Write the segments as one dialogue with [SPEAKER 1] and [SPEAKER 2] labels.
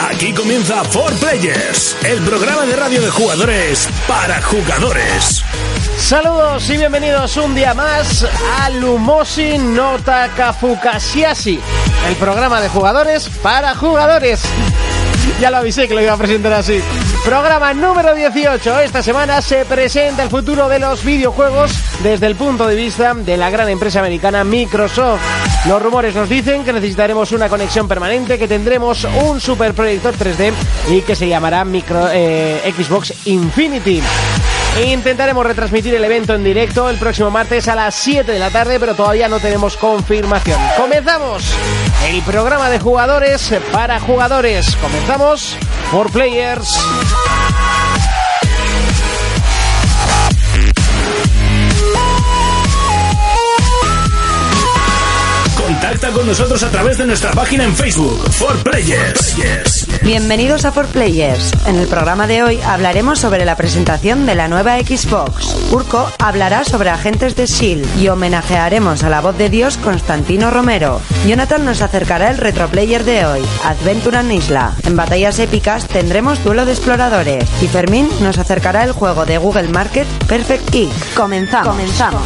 [SPEAKER 1] Aquí comienza For Players, el programa de radio de jugadores para jugadores.
[SPEAKER 2] Saludos y bienvenidos un día más a Lumosi no Takafukasiasi, el programa de jugadores para jugadores. Ya lo avisé que lo iba a presentar así. Programa número 18. Esta semana se presenta el futuro de los videojuegos desde el punto de vista de la gran empresa americana Microsoft. Los rumores nos dicen que necesitaremos una conexión permanente, que tendremos un superproyector 3D y que se llamará Micro, eh, Xbox Infinity. E Intentaremos retransmitir el evento en directo el próximo martes a las 7 de la tarde, pero todavía no tenemos confirmación. Comenzamos el programa de jugadores para jugadores. Comenzamos por Players.
[SPEAKER 1] Contacta con nosotros a través de nuestra página en Facebook, For Players.
[SPEAKER 3] Bienvenidos a For Players. En el programa de hoy hablaremos sobre la presentación de la nueva Xbox. Urco hablará sobre agentes de Shield E y homenajearemos a la voz de Dios Constantino Romero. Jonathan nos acercará el retroplayer de hoy, Adventure en Isla. En batallas épicas tendremos duelo de exploradores y Fermín nos acercará el juego de Google Market Perfect Kick. Comenzamos. Comenzamos.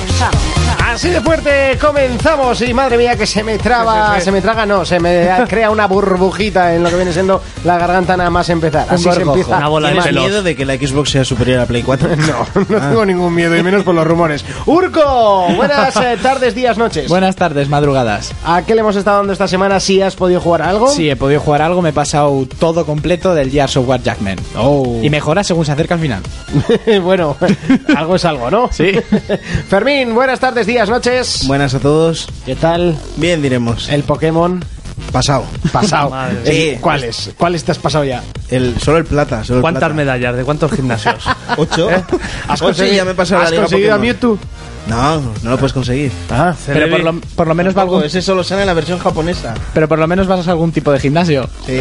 [SPEAKER 2] Así de fuerte comenzamos y madre mía que se me traba, se me traga, no, se me crea una burbujita en lo que viene siendo la garganta nada más empezar. Así se empieza.
[SPEAKER 4] Una bola de Ah.
[SPEAKER 2] Mal.
[SPEAKER 4] ¿Tienes miedo de que la Xbox sea superior a Play 4?
[SPEAKER 2] No, no tengo ningún miedo y menos por los rumores. Urco, buenas eh, tardes, días, noches.
[SPEAKER 5] Buenas tardes, madrugadas.
[SPEAKER 2] ¿A qué le hemos estado dando esta semana? ¿Si has podido jugar a algo?
[SPEAKER 5] Sí, he podido jugar algo, me he pasado todo completo del Gears of War Jackman.
[SPEAKER 2] Oh.
[SPEAKER 5] Y mejora según se acerca al final.
[SPEAKER 2] bueno, algo es algo, ¿no?
[SPEAKER 5] Sí.
[SPEAKER 2] Fermín, buenas tardes, días, noches.
[SPEAKER 4] Buenas a todos.
[SPEAKER 2] ¿Qué tal
[SPEAKER 4] Bien, diremos.
[SPEAKER 5] Eh,
[SPEAKER 2] el Pokémon
[SPEAKER 4] pasado.
[SPEAKER 2] pasado?
[SPEAKER 4] mía.
[SPEAKER 2] Eh, ¿Cuáles? ¿Cuáles te has pasado ya?
[SPEAKER 4] El, solo el plata. Solo el
[SPEAKER 6] ¿Cuántas
[SPEAKER 4] plata.
[SPEAKER 6] medallas? ¿De cuántos gimnasios?
[SPEAKER 4] ¿Ocho?
[SPEAKER 2] ¿Eh? ¿Has
[SPEAKER 4] Ocho y
[SPEAKER 2] conseguido-
[SPEAKER 4] Oh, pues ya me he pasado
[SPEAKER 2] ¿Has
[SPEAKER 4] la liga
[SPEAKER 2] conseguido
[SPEAKER 4] Pokémon.
[SPEAKER 2] a Mewtwo?
[SPEAKER 4] No, no lo puedes conseguir.
[SPEAKER 2] Ah,
[SPEAKER 5] Pero por lo, por lo menos va
[SPEAKER 4] Tampoco,
[SPEAKER 5] algún-
[SPEAKER 4] ese solo sale en la versión japonesa.
[SPEAKER 5] pero por lo menos vas a algún tipo de gimnasio.
[SPEAKER 4] Sí.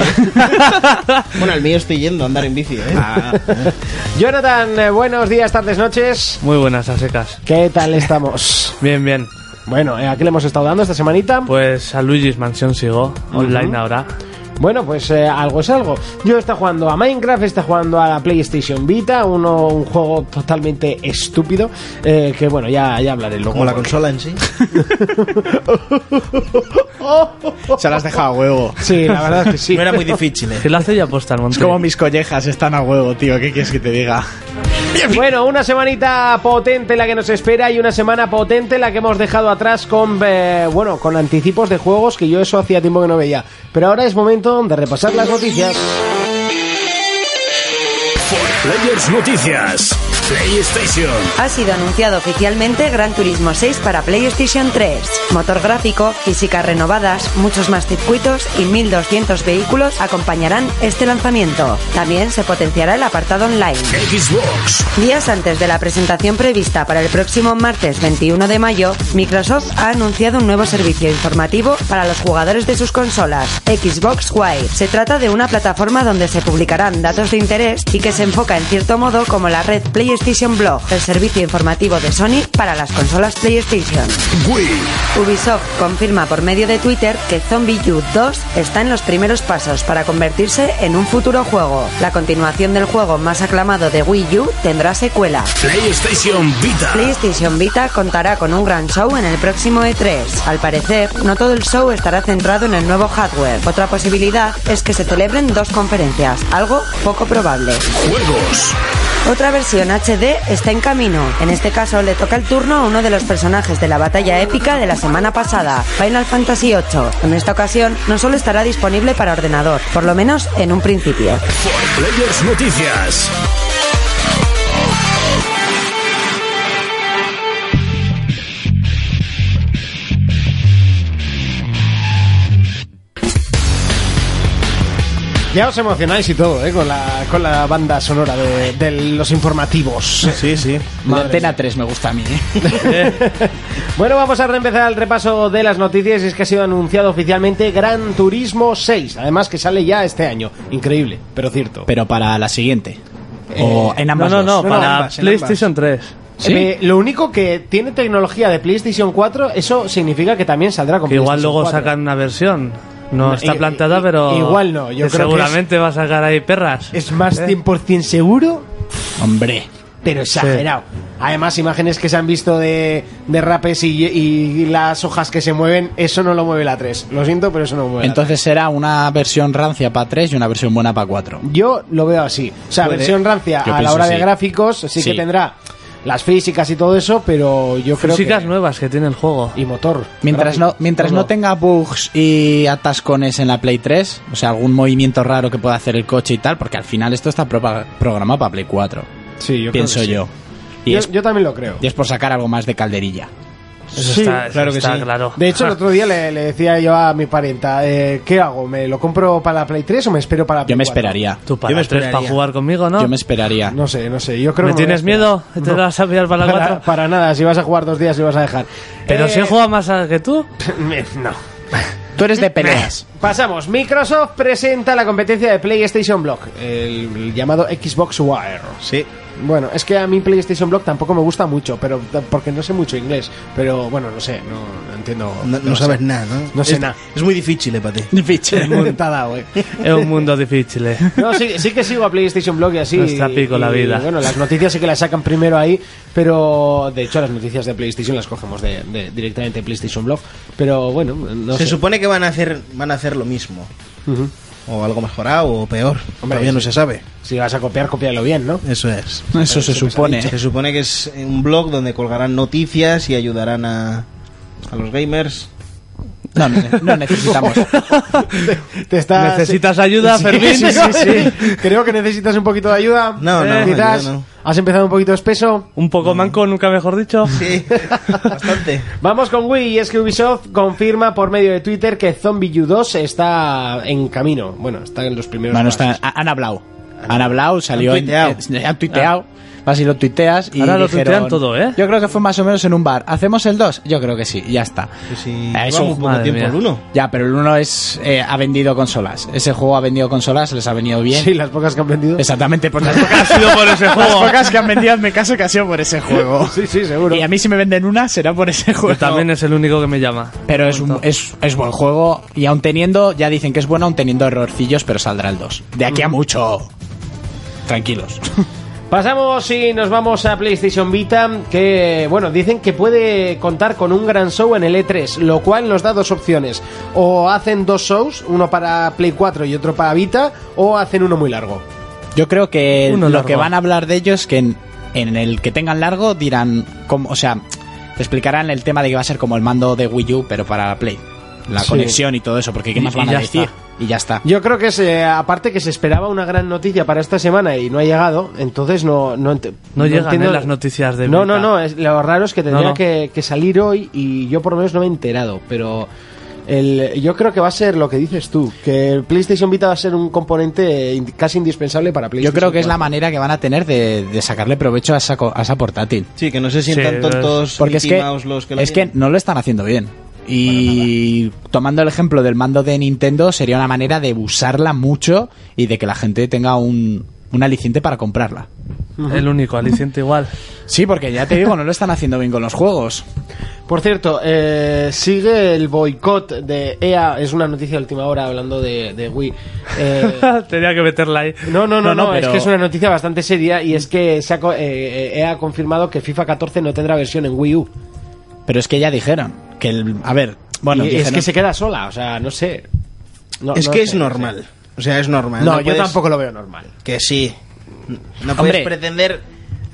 [SPEAKER 4] bueno, al mío estoy yendo a andar en bici, ¿eh?
[SPEAKER 2] Jonathan, eh, buenos días, tardes, noches.
[SPEAKER 6] Muy buenas a secas.
[SPEAKER 2] ¿Qué tal estamos?
[SPEAKER 6] Bien, bien.
[SPEAKER 2] Bueno, eh, ¿a qué le hemos estado dando esta semanita?
[SPEAKER 6] Pues a Luigi's Mansion sigo, online ahora.
[SPEAKER 2] Bueno, pues eh, algo es algo. Yo está jugando a Minecraft, está jugando a la PlayStation Vita, uno, un juego totalmente estúpido, eh, que bueno, ya, ya hablaré luego.
[SPEAKER 4] Como la consola en sí. Se las deja a huevo.
[SPEAKER 2] Sí, la verdad es que sí.
[SPEAKER 4] No era muy difícil, ¿eh?
[SPEAKER 6] Que lo hace ya aposta el monte.
[SPEAKER 5] mis collejas están a huevo, tío. ¿Qué quieres que te diga?
[SPEAKER 2] Bueno, una semanita potente la que nos espera y una semana potente la que hemos dejado atrás con, eh, bueno, con anticipos de juegos que yo eso hacía tiempo que no veía. Pero ahora es momento de repasar las noticias.
[SPEAKER 1] For Players Noticias, PlayStation,
[SPEAKER 3] Ha sido anunciado oficialmente Gran Turismo 6 para PlayStation 3. Motor gráfico, físicas renovadas, muchos más circuitos y 1.200 vehículos acompañarán este lanzamiento. También se potenciará el apartado online.
[SPEAKER 1] Xbox,
[SPEAKER 3] Días antes de la presentación prevista para el próximo martes 21 de mayo, Microsoft ha anunciado un nuevo servicio informativo para los jugadores de sus consolas, Xbox Wire. Se trata de una plataforma donde se publicarán datos de interés y que se enfoca en cierto modo como la red PlayStation Blog, el servicio informativo de Sony para las consolas PlayStation.
[SPEAKER 1] Wii,
[SPEAKER 3] Ubisoft confirma por medio de Twitter que Zombie U 2 está en los primeros pasos para convertirse en un futuro juego. La continuación del juego más aclamado de Wii U tendrá secuela.
[SPEAKER 1] PlayStation Vita,
[SPEAKER 3] PlayStation Vita contará con un gran show en el próximo E3. Al parecer, no todo el show estará centrado en el nuevo hardware. Otra posibilidad es que se celebren dos conferencias, algo poco probable.
[SPEAKER 1] Juegos,
[SPEAKER 3] Otra versión HD está en camino. En este caso le toca el turno a uno de los personajes de la batalla épica de la semana pasada, Final Fantasy VIII. En esta ocasión no solo estará disponible para ordenador, por lo menos en un principio.
[SPEAKER 1] For Players Noticias,
[SPEAKER 2] Ya os emocionáis y todo, ¿eh? Con la, con la banda sonora de, de los informativos.
[SPEAKER 4] Sí, sí.
[SPEAKER 5] La antena 3 me gusta a mí. ¿eh?
[SPEAKER 2] Bueno, vamos a empezar el repaso de las noticias. y Es que ha sido anunciado oficialmente Gran Turismo 6. Además que sale ya este año. Increíble, pero cierto.
[SPEAKER 5] Pero para la siguiente. O en
[SPEAKER 6] No,
[SPEAKER 5] ambas.
[SPEAKER 6] no, no,
[SPEAKER 5] dos.
[SPEAKER 6] para
[SPEAKER 4] en ambas, en
[SPEAKER 6] PlayStation 3.
[SPEAKER 5] ¿Sí?
[SPEAKER 2] Eh, lo único que tiene tecnología de PlayStation 4, eso significa que también saldrá con
[SPEAKER 6] Que igual
[SPEAKER 2] PlayStation
[SPEAKER 6] luego
[SPEAKER 2] 4.
[SPEAKER 6] sacan una versión. No está
[SPEAKER 2] i-
[SPEAKER 6] plantada,
[SPEAKER 2] i-
[SPEAKER 6] pero.
[SPEAKER 2] igual no, yo creo que
[SPEAKER 6] Seguramente va a sacar ahí perras. Eh,
[SPEAKER 2] Es más 100% seguro,
[SPEAKER 5] Hombre.
[SPEAKER 2] pero exagerado. Además, imágenes que se han visto de, de rapes y, y las hojas que se mueven, eso no lo mueve la 3. Lo siento, pero eso no lo mueve la
[SPEAKER 5] Entonces será una versión rancia para 3 y una versión buena para 4.
[SPEAKER 2] 3. Yo lo veo así. O sea,
[SPEAKER 5] Puede.
[SPEAKER 2] versión rancia
[SPEAKER 5] Yo
[SPEAKER 2] a la
[SPEAKER 5] pienso
[SPEAKER 2] hora de
[SPEAKER 5] sí.
[SPEAKER 2] gráficos, sí, que
[SPEAKER 5] Sí.
[SPEAKER 2] tendrá las físicas y todo eso, pero yo creo
[SPEAKER 6] Físicas
[SPEAKER 2] que...
[SPEAKER 6] nuevas que tiene el juego.
[SPEAKER 2] Y motor.
[SPEAKER 5] Mientras no, mientras no tenga bugs y atascones en la Play 3, o sea, algún movimiento raro que pueda hacer el coche y tal, porque al final esto está propa- programado para Play 4,
[SPEAKER 2] Sí, yo
[SPEAKER 5] pienso yo. Y,
[SPEAKER 2] Yo,
[SPEAKER 5] es,
[SPEAKER 2] yo también lo creo.
[SPEAKER 5] y es por sacar algo más de calderilla.
[SPEAKER 6] Eso
[SPEAKER 2] Sí,
[SPEAKER 6] está, eso
[SPEAKER 5] claro que
[SPEAKER 6] está
[SPEAKER 5] sí.
[SPEAKER 6] claro.
[SPEAKER 2] De hecho, el otro día le, le decía yo a mi parienta, eh, ¿qué hago? ¿Me lo compro para la Play 3 o me espero para la Play
[SPEAKER 5] Yo me
[SPEAKER 2] 4?
[SPEAKER 5] esperaría.
[SPEAKER 6] Tú
[SPEAKER 5] yo me
[SPEAKER 6] para tres
[SPEAKER 5] esperaría.
[SPEAKER 6] para jugar conmigo, ¿no?
[SPEAKER 5] Yo me esperaría.
[SPEAKER 2] No sé, no sé. Yo creo
[SPEAKER 6] ¿Me
[SPEAKER 2] que voy a
[SPEAKER 6] tienes
[SPEAKER 2] esperar.
[SPEAKER 6] miedo? ¿Te la vas a pillar para la
[SPEAKER 2] Para,
[SPEAKER 6] 4?
[SPEAKER 2] para nada, si vas a jugar dos días, lo vas a dejar.
[SPEAKER 6] Pero
[SPEAKER 2] Eh,
[SPEAKER 6] si he jugado más a- que tú.
[SPEAKER 2] me- No.
[SPEAKER 5] Tú eres de peleas.
[SPEAKER 2] Pasamos. Microsoft presenta la competencia de PlayStation Block, el llamado Xbox Wire.
[SPEAKER 4] Sí.
[SPEAKER 2] Bueno, es que a mí PlayStation Block tampoco me gusta mucho, pero porque no sé mucho inglés. Pero bueno, no sé, no, no entiendo.
[SPEAKER 4] No, no
[SPEAKER 2] sé.
[SPEAKER 4] sabes nada, ¿no?
[SPEAKER 2] No sé
[SPEAKER 4] Es-
[SPEAKER 2] nada.
[SPEAKER 4] Es muy difícil, eh, para ti.
[SPEAKER 2] Te ha dado, eh.
[SPEAKER 6] Es un mundo difícil. eh.
[SPEAKER 2] No, sí, sí que sigo a PlayStation Blog y así.
[SPEAKER 6] No está pico la
[SPEAKER 2] y,
[SPEAKER 6] vida.
[SPEAKER 2] Bueno, las noticias sí que las sacan primero ahí, pero de hecho las noticias de PlayStation las cogemos de, de- directamente de PlayStation Blog. Pero bueno, no
[SPEAKER 4] se
[SPEAKER 2] sé.
[SPEAKER 4] supone que van a hacer van a hacer lo mismo.
[SPEAKER 2] Ujú.
[SPEAKER 4] O algo mejorado o peor.
[SPEAKER 2] Hombre,
[SPEAKER 4] Todavía no
[SPEAKER 2] sí.
[SPEAKER 4] se sabe.
[SPEAKER 2] Si vas a copiar, copiarlo bien, ¿no?
[SPEAKER 4] Eso es.
[SPEAKER 5] Eso se supone.
[SPEAKER 4] Se supone que es un blog donde colgarán noticias y ayudarán a, a los gamers.
[SPEAKER 5] No, no, no necesitamos.
[SPEAKER 2] Te estás-
[SPEAKER 6] ¿Necesitas ayuda,
[SPEAKER 2] Sí,
[SPEAKER 6] Fermín?
[SPEAKER 2] sí, sí, sí. Creo que necesitas un poquito de ayuda. Eh,
[SPEAKER 4] No, no,
[SPEAKER 2] Quizás
[SPEAKER 4] ayuda no.
[SPEAKER 2] has empezado un poquito espeso.
[SPEAKER 6] Un poco manco, nunca mejor dicho.
[SPEAKER 4] Sí, bastante.
[SPEAKER 2] Vamos con Wii, y es que Ubisoft confirma por medio de Twitter que Zombie U 2 está en camino. Bueno, está en los primeros.
[SPEAKER 5] Bueno,
[SPEAKER 2] pasos.
[SPEAKER 5] está, ha- han hablado. Han hablado, salió
[SPEAKER 4] Han
[SPEAKER 5] en-
[SPEAKER 4] tuiteado.
[SPEAKER 5] eh, han tuiteado.
[SPEAKER 2] Ah.
[SPEAKER 5] Vas y lo tuiteas y
[SPEAKER 6] Ahora lo
[SPEAKER 5] dijeron-
[SPEAKER 6] tuitean todo, ¿eh?
[SPEAKER 5] Yo creo que fue más o menos en un bar. ¿Hacemos el 2? Yo creo que sí, y ya está.
[SPEAKER 4] Sí,
[SPEAKER 5] Eh, es
[SPEAKER 4] lleva
[SPEAKER 5] un-
[SPEAKER 4] muy poco
[SPEAKER 6] madre
[SPEAKER 4] tiempo
[SPEAKER 6] mía.
[SPEAKER 4] el uno.
[SPEAKER 5] Ya, pero el 1 es, eh, ha vendido consolas. Ese juego ha vendido consolas, les ha venido bien.
[SPEAKER 2] Sí, las pocas que han vendido.
[SPEAKER 5] Exactamente, por las pocas,
[SPEAKER 6] sido por ese
[SPEAKER 5] las pocas que han vendido, me caso que ha sido por ese juego.
[SPEAKER 2] Sí, sí, seguro.
[SPEAKER 5] Y a mí si me venden una, será por ese juego.
[SPEAKER 6] También es el único que me llama.
[SPEAKER 5] Pero es, un- es, es buen juego y aún teniendo, ya dicen que es bueno, aún teniendo errorcillos, pero saldrá el 2. De aquí a mucho. Tranquilos.
[SPEAKER 2] Pasamos y nos vamos a PlayStation Vita, que bueno, dicen que puede contar con un gran show en el E3, lo cual nos da dos opciones. O hacen dos shows, uno para Play 4 y otro para Vita, o hacen uno muy largo.
[SPEAKER 5] Yo creo que
[SPEAKER 6] Uno
[SPEAKER 5] lo
[SPEAKER 6] largo.
[SPEAKER 5] que van a hablar de ellos que en, en el que tengan largo dirán, cómo- o sea, te explicarán el tema de que va a ser como el mando de Wii U, pero para Play. La
[SPEAKER 2] Sí.
[SPEAKER 5] conexión y todo eso, porque ¿qué
[SPEAKER 6] Y-
[SPEAKER 5] más
[SPEAKER 6] y
[SPEAKER 5] van
[SPEAKER 6] ya
[SPEAKER 5] a decir?
[SPEAKER 6] está.
[SPEAKER 5] Y ya está.
[SPEAKER 2] Yo creo que se, aparte que se esperaba una gran noticia para esta semana y no ha llegado, entonces no no, ent-
[SPEAKER 6] No llegan, eh, las noticias de
[SPEAKER 2] No, no,
[SPEAKER 6] Vita.
[SPEAKER 2] no, es- lo raro es que tendría
[SPEAKER 6] No, no.
[SPEAKER 2] Que, que salir hoy y yo por lo menos no me he enterado, pero el, yo creo que va a ser lo que dices tú, que el PlayStation Vita va a ser un componente in- casi indispensable para
[SPEAKER 5] Yo
[SPEAKER 2] PlayStation.
[SPEAKER 5] creo que es la
[SPEAKER 2] 4.
[SPEAKER 5] manera que van a tener de, de sacarle provecho a esa, co- a esa portátil.
[SPEAKER 4] Sí, que no se
[SPEAKER 6] Sí,
[SPEAKER 4] sientan
[SPEAKER 6] no es-
[SPEAKER 4] tontos
[SPEAKER 5] Porque es
[SPEAKER 4] Mickey
[SPEAKER 5] que,
[SPEAKER 4] Mouse los que la
[SPEAKER 5] es que
[SPEAKER 4] tienen.
[SPEAKER 5] no lo están haciendo bien. Y tomando el ejemplo del mando de Nintendo, sería una manera de usarla mucho y de que la gente tenga un, un aliciente para comprarla.
[SPEAKER 6] El único, aliciente igual.
[SPEAKER 5] Sí, porque ya te digo, no lo están haciendo bien con los juegos.
[SPEAKER 2] Por cierto, eh, sigue el boicot de EA, es una noticia de última hora hablando de, de Wii. Eh,
[SPEAKER 6] Tenía que meterla ahí.
[SPEAKER 2] No, no, no, no,
[SPEAKER 5] No, no,
[SPEAKER 2] es
[SPEAKER 5] pero-
[SPEAKER 2] que es una noticia bastante seria y es que se ha, co- eh, eh, EA ha confirmado que FIFA 14 no tendrá versión en Wii U.
[SPEAKER 5] Pero es que ya dijeron que el. A ver, bueno,
[SPEAKER 2] Y es
[SPEAKER 5] dijeron-
[SPEAKER 2] que se queda sola, o sea, no sé. No,
[SPEAKER 4] es
[SPEAKER 2] no
[SPEAKER 4] que
[SPEAKER 2] sé,
[SPEAKER 4] es
[SPEAKER 2] no
[SPEAKER 4] normal. O sea, es normal.
[SPEAKER 2] sé. No, yo
[SPEAKER 4] puedes-
[SPEAKER 2] tampoco lo veo normal.
[SPEAKER 4] Que sí. No puedes
[SPEAKER 5] Hombre.
[SPEAKER 4] pretender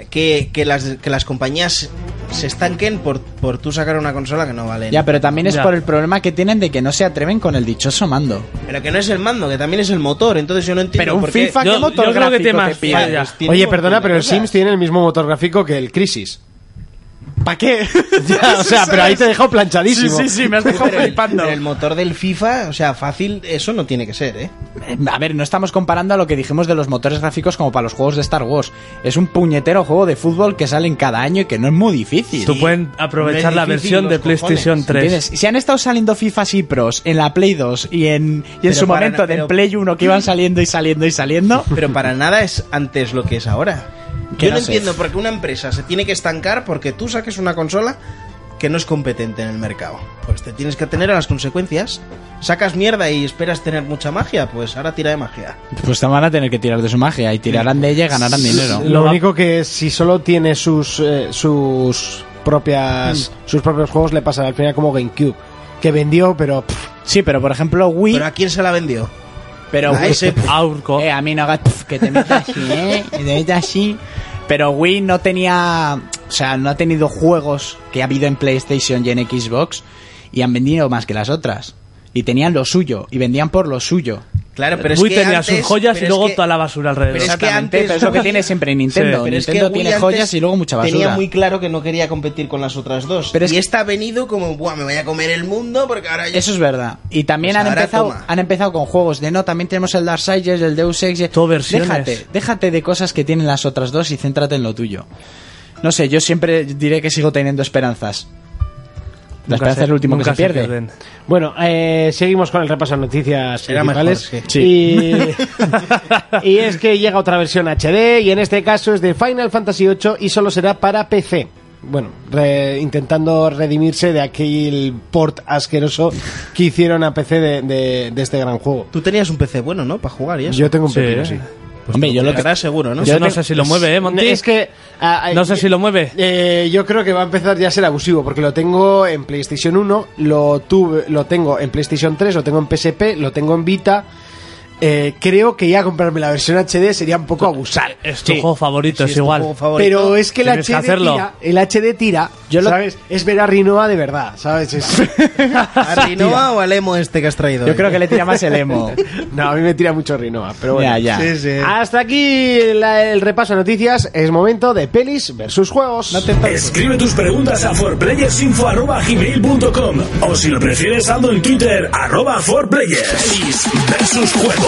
[SPEAKER 4] que, que las, que las compañías se estanquen por, por tú sacar una consola que no vale.
[SPEAKER 5] Ya, pero también es
[SPEAKER 6] Ya.
[SPEAKER 5] por el problema que tienen de que no se atreven con el dichoso mando.
[SPEAKER 4] Pero que no es el mando, que también es el motor. Entonces yo no entiendo
[SPEAKER 5] Pero un
[SPEAKER 4] por qué-
[SPEAKER 5] FIFA,
[SPEAKER 6] Yo-
[SPEAKER 5] ¿qué motor
[SPEAKER 6] yo creo que
[SPEAKER 5] gráfico
[SPEAKER 6] te más
[SPEAKER 5] pide?
[SPEAKER 6] falla.
[SPEAKER 4] Pues tiene
[SPEAKER 2] Oye,
[SPEAKER 4] un montón
[SPEAKER 2] perdona,
[SPEAKER 4] de
[SPEAKER 2] pero el
[SPEAKER 4] cosas.
[SPEAKER 2] Sims tiene el mismo motor gráfico que el Crisis.
[SPEAKER 5] ¿Para qué?
[SPEAKER 2] o sea, pero ahí te he dejado planchadísimo.
[SPEAKER 5] me has
[SPEAKER 4] Pero el, pero el motor del FIFA, o sea, fácil, eso no tiene que ser, ¿eh?
[SPEAKER 5] A ver, no estamos comparando a lo que dijimos de los motores gráficos como para los juegos de Star Wars. Es un puñetero juego de fútbol que salen cada año y que no es muy difícil.
[SPEAKER 6] Tú pueden aprovechar la
[SPEAKER 4] Hombre, difícil,
[SPEAKER 6] versión
[SPEAKER 4] los
[SPEAKER 6] de PlayStation
[SPEAKER 4] cojones,
[SPEAKER 6] 3.
[SPEAKER 5] ¿Entiendes? Si han estado saliendo FIFAs y Pros en la Play 2 y en, y en
[SPEAKER 4] Pero
[SPEAKER 5] su
[SPEAKER 4] para-
[SPEAKER 5] momento del
[SPEAKER 4] pero-
[SPEAKER 5] Play 1 que iban saliendo y saliendo y saliendo.
[SPEAKER 4] Pero para nada es antes lo que es ahora.
[SPEAKER 5] Que
[SPEAKER 4] yo
[SPEAKER 5] no
[SPEAKER 4] no
[SPEAKER 5] sé.
[SPEAKER 4] entiendo por qué una empresa se tiene que estancar porque tú saques una consola que no es competente en el mercado. Pues te tienes que atener a las consecuencias. Sacas mierda y esperas tener mucha magia, pues ahora tira de magia.
[SPEAKER 5] Pues van a tener que tirar de su magia y tirarán de ella y ganarán dinero.
[SPEAKER 2] Lo único que es, si solo tiene sus eh, sus propias
[SPEAKER 4] Mm.
[SPEAKER 2] sus propios juegos le pasa al final como GameCube que vendió pero pff,
[SPEAKER 5] Sí, pero por ejemplo Wii,
[SPEAKER 4] ¿Pero a quién se la vendió?
[SPEAKER 5] pero
[SPEAKER 4] a
[SPEAKER 5] Wii-
[SPEAKER 4] ese
[SPEAKER 6] Aurco.
[SPEAKER 5] Eh, a mí no hagas pf, que te metas así, ¿eh? Que te metas así. Pero Wii no tenía. O sea, no ha tenido juegos que ha habido en PlayStation y en Xbox y han vendido más que las otras. Y tenían lo suyo, y vendían por lo suyo.
[SPEAKER 4] Claro, pero es
[SPEAKER 6] Wii
[SPEAKER 4] que
[SPEAKER 6] tenía
[SPEAKER 4] antes-
[SPEAKER 6] sus joyas y
[SPEAKER 4] pero es
[SPEAKER 6] luego
[SPEAKER 4] que-
[SPEAKER 6] toda la basura alrededor.
[SPEAKER 4] Pero es que
[SPEAKER 5] Exactamente,
[SPEAKER 4] antes
[SPEAKER 5] pero es lo que
[SPEAKER 4] Wii-
[SPEAKER 5] tiene siempre Nintendo.
[SPEAKER 6] Sí,
[SPEAKER 4] Pero es que
[SPEAKER 5] Nintendo
[SPEAKER 4] Wii
[SPEAKER 5] tiene
[SPEAKER 4] antes
[SPEAKER 5] joyas y luego mucha basura.
[SPEAKER 4] Tenía muy claro que no quería competir con las otras dos.
[SPEAKER 5] Pero es
[SPEAKER 4] y
[SPEAKER 5] que-
[SPEAKER 4] esta ha venido como, Buah, me voy a comer el mundo porque ahora yo...
[SPEAKER 5] Eso es verdad. Y también
[SPEAKER 4] Pues
[SPEAKER 5] han,
[SPEAKER 4] ahora
[SPEAKER 5] empezado,
[SPEAKER 4] toma.
[SPEAKER 5] han empezado con juegos de no, también tenemos el Darksiders, el Deus Ex. y-
[SPEAKER 6] Todo versiones.
[SPEAKER 5] Déjate, déjate de cosas que tienen las otras dos y céntrate en lo tuyo. No sé, yo siempre diré que sigo teniendo esperanzas. La esperanza es lo último que se pierde.
[SPEAKER 2] bueno eh, seguimos con el repaso de noticias
[SPEAKER 4] Será
[SPEAKER 2] principales
[SPEAKER 4] mejor,
[SPEAKER 5] sí.
[SPEAKER 2] y, y es que llega otra versión HD y en este caso es de Final Fantasy VIII y solo será para PC bueno, re- intentando redimirse de aquel port asqueroso que hicieron a PC de, de- de este gran juego.
[SPEAKER 4] Tú tenías un PC bueno, ¿no? Para jugar y eso.
[SPEAKER 2] Yo tengo un
[SPEAKER 6] Sí.
[SPEAKER 2] pepino, sí.
[SPEAKER 5] Hombre, yo lo que-
[SPEAKER 4] Era seguro, ¿no?
[SPEAKER 6] Yo no sé si lo mueve, ¿eh, Monty?
[SPEAKER 2] Es que... ah,
[SPEAKER 6] No sé si lo mueve.
[SPEAKER 2] Eh, yo creo que va a empezar ya a ser abusivo, porque lo tengo en PlayStation 1, lo, tuve, lo tengo en PlayStation 3, lo tengo en PSP, lo tengo en Vita. Eh, creo que ya comprarme la versión HD sería un poco abusar.
[SPEAKER 6] Es tu
[SPEAKER 2] Sí.
[SPEAKER 6] juego favorito,
[SPEAKER 4] Sí,
[SPEAKER 6] es
[SPEAKER 4] tu
[SPEAKER 6] igual.
[SPEAKER 4] juego favorito.
[SPEAKER 2] Pero es que el
[SPEAKER 6] Tienes que
[SPEAKER 2] HD,
[SPEAKER 6] hacerlo.
[SPEAKER 2] tira, el HD tira,
[SPEAKER 5] Yo lo-
[SPEAKER 2] ¿sabes? Es ver a Rinoa de verdad, ¿sabes? Es-
[SPEAKER 4] ¿A Rinoa o al emo este que has traído?
[SPEAKER 5] Yo creo que le tira más el emo.
[SPEAKER 2] no, a mí me tira mucho Rinoa, pero bueno.
[SPEAKER 5] Ya, ya.
[SPEAKER 4] Sí, sí.
[SPEAKER 2] Hasta aquí la- el repaso de noticias. Es momento de pelis versus juegos.
[SPEAKER 1] Escribe tus preguntas a forplayersinfo@gmail.com o si lo prefieres saldo en Twitter arroba forplayers Pelis versus juegos.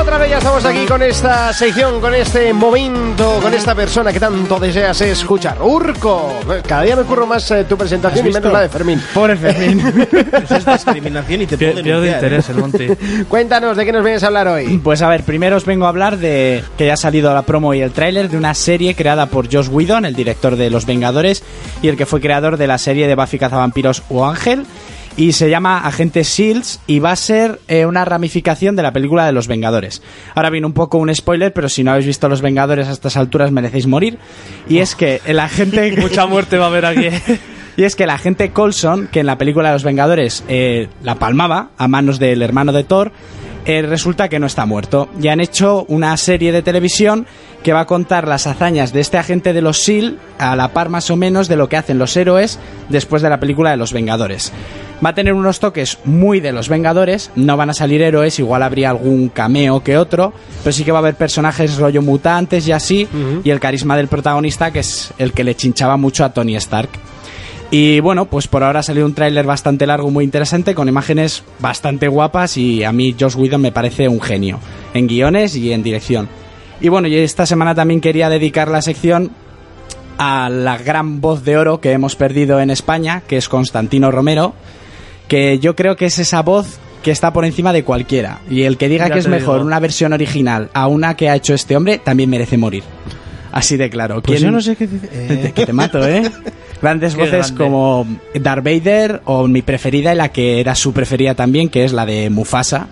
[SPEAKER 2] Otra vez ya estamos aquí con esta sección, con este momento, con esta persona que tanto deseas escuchar. Urco, cada día me ocurre más eh, tu presentación y menos la de Fermín.
[SPEAKER 5] Pobre Fermín.
[SPEAKER 4] Eso es discriminación y te puedo
[SPEAKER 6] Pier- Pierde
[SPEAKER 4] denunciar,
[SPEAKER 6] interés el Monty.
[SPEAKER 2] Cuéntanos de qué nos vienes a hablar hoy.
[SPEAKER 5] Pues a ver, primero os vengo a hablar de que ya ha salido la promo y el tráiler de una serie creada por Josh Whedon, el director de Los Vengadores y el que fue creador de la serie de Buffy Cazavampiros o Ángel. Y se llama Agente Shields y va a ser eh, una ramificación de la película de Los Vengadores. Ahora viene un poco un spoiler, pero si no habéis visto Los Vengadores a estas alturas merecéis morir. Y es que el agente...
[SPEAKER 6] Mucha muerte va a haber aquí. ¿eh?
[SPEAKER 5] Y es que la gente Colson, que en la película de los Vengadores eh, la palmaba a manos del hermano de Thor, eh, resulta que no está muerto. Y han hecho una serie de televisión que va a contar las hazañas de este agente de los SEAL, a la par más o menos de lo que hacen los héroes después de la película de los Vengadores. Va a tener unos toques muy de los Vengadores, no van a salir héroes, igual habría algún cameo que otro, pero sí que va a haber personajes rollo mutantes y así, y el carisma del protagonista que es el que le chinchaba mucho a Tony Stark. Y bueno, pues por ahora ha salido un tráiler bastante largo, muy interesante, con imágenes bastante guapas y a mí Josh Whedon me parece un genio, en guiones y en dirección. Y bueno, y esta semana también quería dedicar la sección a la gran voz de oro que hemos perdido en España, que es Constantino Romero, que yo creo que es esa voz que está por encima de cualquiera. Y el que diga
[SPEAKER 6] Ya
[SPEAKER 5] que es
[SPEAKER 6] te
[SPEAKER 5] mejor
[SPEAKER 6] digo.
[SPEAKER 5] una versión original a una que ha hecho este hombre, también merece morir. Así de claro.
[SPEAKER 6] Pues
[SPEAKER 5] ¿Quién-
[SPEAKER 4] qué dice.
[SPEAKER 5] que te mato, ¿eh? Grandes
[SPEAKER 6] Qué
[SPEAKER 5] voces
[SPEAKER 6] grande.
[SPEAKER 5] como Darth Vader o mi preferida y la que era su preferida también, que es la de Mufasa,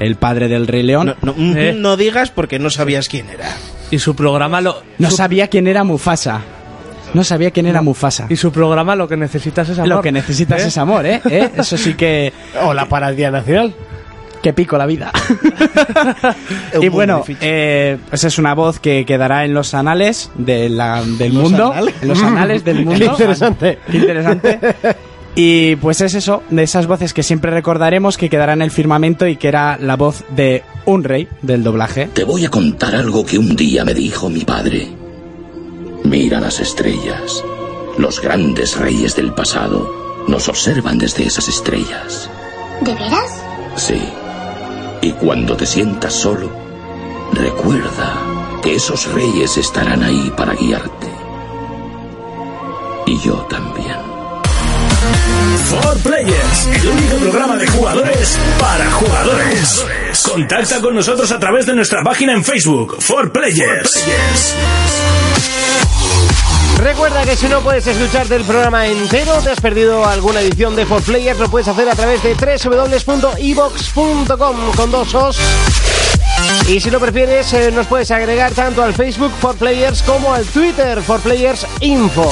[SPEAKER 5] el padre del Rey León.
[SPEAKER 4] No,
[SPEAKER 5] No,
[SPEAKER 4] no, mm,
[SPEAKER 6] Eh.
[SPEAKER 4] no digas porque no sabías quién era.
[SPEAKER 6] Y su programa lo. su-
[SPEAKER 5] sabía quién era Mufasa. No sabía quién era Mufasa.
[SPEAKER 6] Y su programa lo que necesitas es amor.
[SPEAKER 5] Lo que necesitas
[SPEAKER 6] ¿Eh?
[SPEAKER 5] es amor, ¿eh? ¿Eh? Eso sí que,
[SPEAKER 2] O la Paradía Nacional.
[SPEAKER 5] que pico la vida.
[SPEAKER 4] Es
[SPEAKER 5] y
[SPEAKER 4] muy
[SPEAKER 5] bueno,
[SPEAKER 4] difícil.
[SPEAKER 5] eh, pues es una voz que quedará en los anales de la- del
[SPEAKER 4] ¿Los
[SPEAKER 5] mundo.
[SPEAKER 4] anales?
[SPEAKER 5] En los anales del mundo.
[SPEAKER 2] Qué interesante.
[SPEAKER 5] Qué interesante. Y pues es eso, de esas voces que siempre recordaremos que quedará en el firmamento y que era la voz de un rey del doblaje.
[SPEAKER 7] Te voy a contar algo que un día me dijo mi padre. Mira las estrellas. Los grandes reyes del pasado nos observan desde esas estrellas.
[SPEAKER 8] ¿De veras?
[SPEAKER 7] Sí. Y cuando te sientas solo, recuerda que esos reyes estarán ahí para guiarte. Y yo también.
[SPEAKER 1] For Players, el único programa de jugadores para jugadores. Contacta con nosotros a través de nuestra página en Facebook, For Players.
[SPEAKER 2] Recuerda que si no puedes escucharte el programa entero, te has perdido alguna edición de For Players, lo puedes hacer a través de www.evox.com con dos os. Y si lo prefieres, eh, nos puedes agregar tanto al Facebook For Players como al Twitter For Players Info.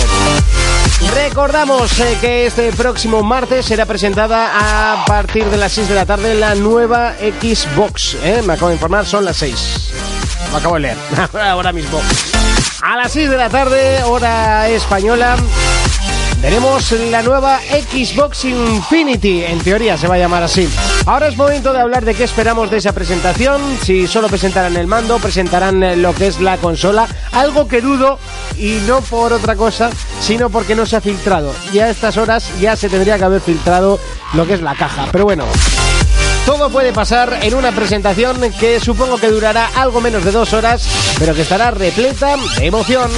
[SPEAKER 2] Recordamos eh, que este próximo martes será presentada a partir de las 6 de la tarde la nueva Xbox. ¿eh? Me acabo de informar, son las 6. Lo acabo de leer, ahora mismo. A las 6 de la tarde, hora española, tenemos la nueva Xbox Infinity, en teoría se va a llamar así. Ahora es momento de hablar de qué esperamos de esa presentación, si solo presentarán el mando, presentarán eh, lo que es la consola, algo que dudo y no por otra cosa, sino porque no se ha filtrado. Y a estas horas ya se tendría que haber filtrado lo que es la caja, pero bueno. Todo puede pasar en una presentación que supongo que durará algo menos de dos horas, pero que estará repleta de emoción.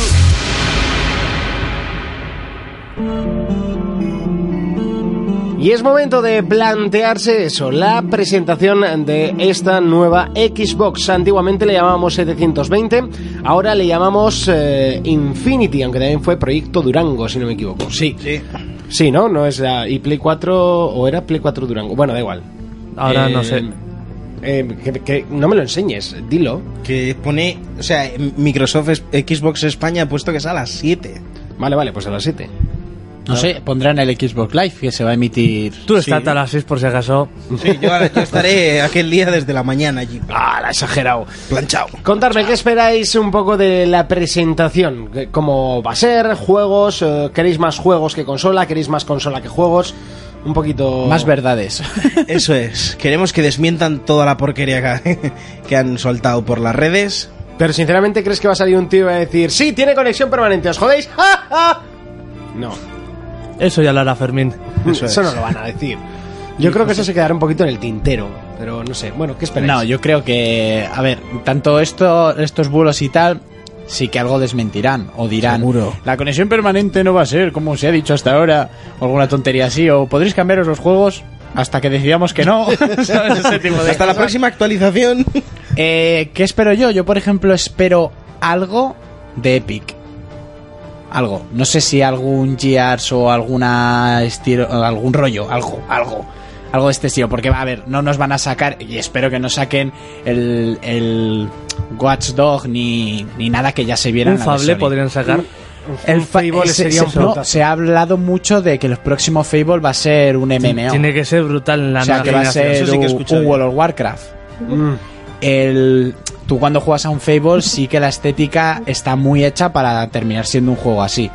[SPEAKER 2] Y es momento de plantearse eso, la presentación de esta nueva Xbox. Antiguamente le llamábamos 720, ahora le llamamos eh, Infinity, aunque también fue Proyecto Durango, si no me equivoco. Sí.
[SPEAKER 4] Sí.
[SPEAKER 2] Sí, ¿no? No es la... ¿Y Play 4 o era Play 4 Durango? Bueno, da igual.
[SPEAKER 6] Ahora
[SPEAKER 2] Eh,
[SPEAKER 6] no sé.
[SPEAKER 2] eh, que, que no me lo enseñes, dilo.
[SPEAKER 4] Que pone, o sea, Microsoft es- Xbox España ha puesto que es a las 7.
[SPEAKER 2] Vale, vale, pues a las 7.
[SPEAKER 5] No sé, pondrán el Xbox Live que se va a emitir.
[SPEAKER 6] Tú estás a las 6 por si acaso.
[SPEAKER 4] Sí, yo, yo estaré aquel día desde la mañana allí,
[SPEAKER 2] Ah, la he exagerado.
[SPEAKER 4] planchado.
[SPEAKER 2] Contadme, ¿qué esperáis un poco de la presentación? ¿Qué- ¿Cómo va a ser? ¿Juegos? Eh, ¿Queréis más juegos que consola? ¿Queréis más consola que juegos? Un poquito...
[SPEAKER 5] Más verdades.
[SPEAKER 4] Eso es, queremos que desmientan toda la porquería que, que han soltado por las redes.
[SPEAKER 2] Pero sinceramente, ¿crees que va a salir un tío y va a decir Sí, tiene conexión permanente, ¿os jodéis? ¡Ja, ja! No,
[SPEAKER 6] Eso ya lo hará Fermín.
[SPEAKER 2] eso,
[SPEAKER 5] Mm,
[SPEAKER 4] Eso es.
[SPEAKER 2] no lo van a decir. Yo creo que eso se quedará un poquito en el tintero. Pero no sé, bueno, ¿qué esperáis?
[SPEAKER 5] No, yo creo que, a ver, tanto esto, estos bulos y tal, sí que algo desmentirán o dirán. La conexión permanente no va a ser, como se ha dicho hasta ahora, o alguna tontería así, o podréis cambiaros los juegos hasta que decidamos que no. ¿Sabes? Ese tipo de
[SPEAKER 4] Hasta la
[SPEAKER 5] cosas.
[SPEAKER 4] próxima actualización.
[SPEAKER 5] Eh, ¿Qué espero yo? Yo, por ejemplo, espero algo de Epic. Algo. No sé si algún Gears o alguna estilo, algún rollo, algo, algo. Algo de este estilo, porque va a ver, no nos van a sacar, y espero que no saquen el, el Watchdog ni, ni nada que ya se viera
[SPEAKER 6] Un
[SPEAKER 5] en la de
[SPEAKER 6] fable
[SPEAKER 5] Sony.
[SPEAKER 6] podrían sacar.
[SPEAKER 2] El
[SPEAKER 5] El fa-
[SPEAKER 2] Fable
[SPEAKER 5] se,
[SPEAKER 2] sería
[SPEAKER 5] se-
[SPEAKER 2] un
[SPEAKER 5] no,
[SPEAKER 2] frutazo.
[SPEAKER 5] se ha hablado mucho de que el próximo Fable va a ser un MMO.
[SPEAKER 6] Tiene que ser brutal en la
[SPEAKER 5] o sea,
[SPEAKER 6] nueva
[SPEAKER 5] que va a
[SPEAKER 6] generación.
[SPEAKER 5] ser
[SPEAKER 4] eso sí que he
[SPEAKER 5] un-
[SPEAKER 4] escuchado
[SPEAKER 5] un
[SPEAKER 4] yo.
[SPEAKER 5] World of Warcraft
[SPEAKER 2] Mm.
[SPEAKER 5] el tú cuando juegas a un Fable sí que la estética está muy hecha para terminar siendo un juego así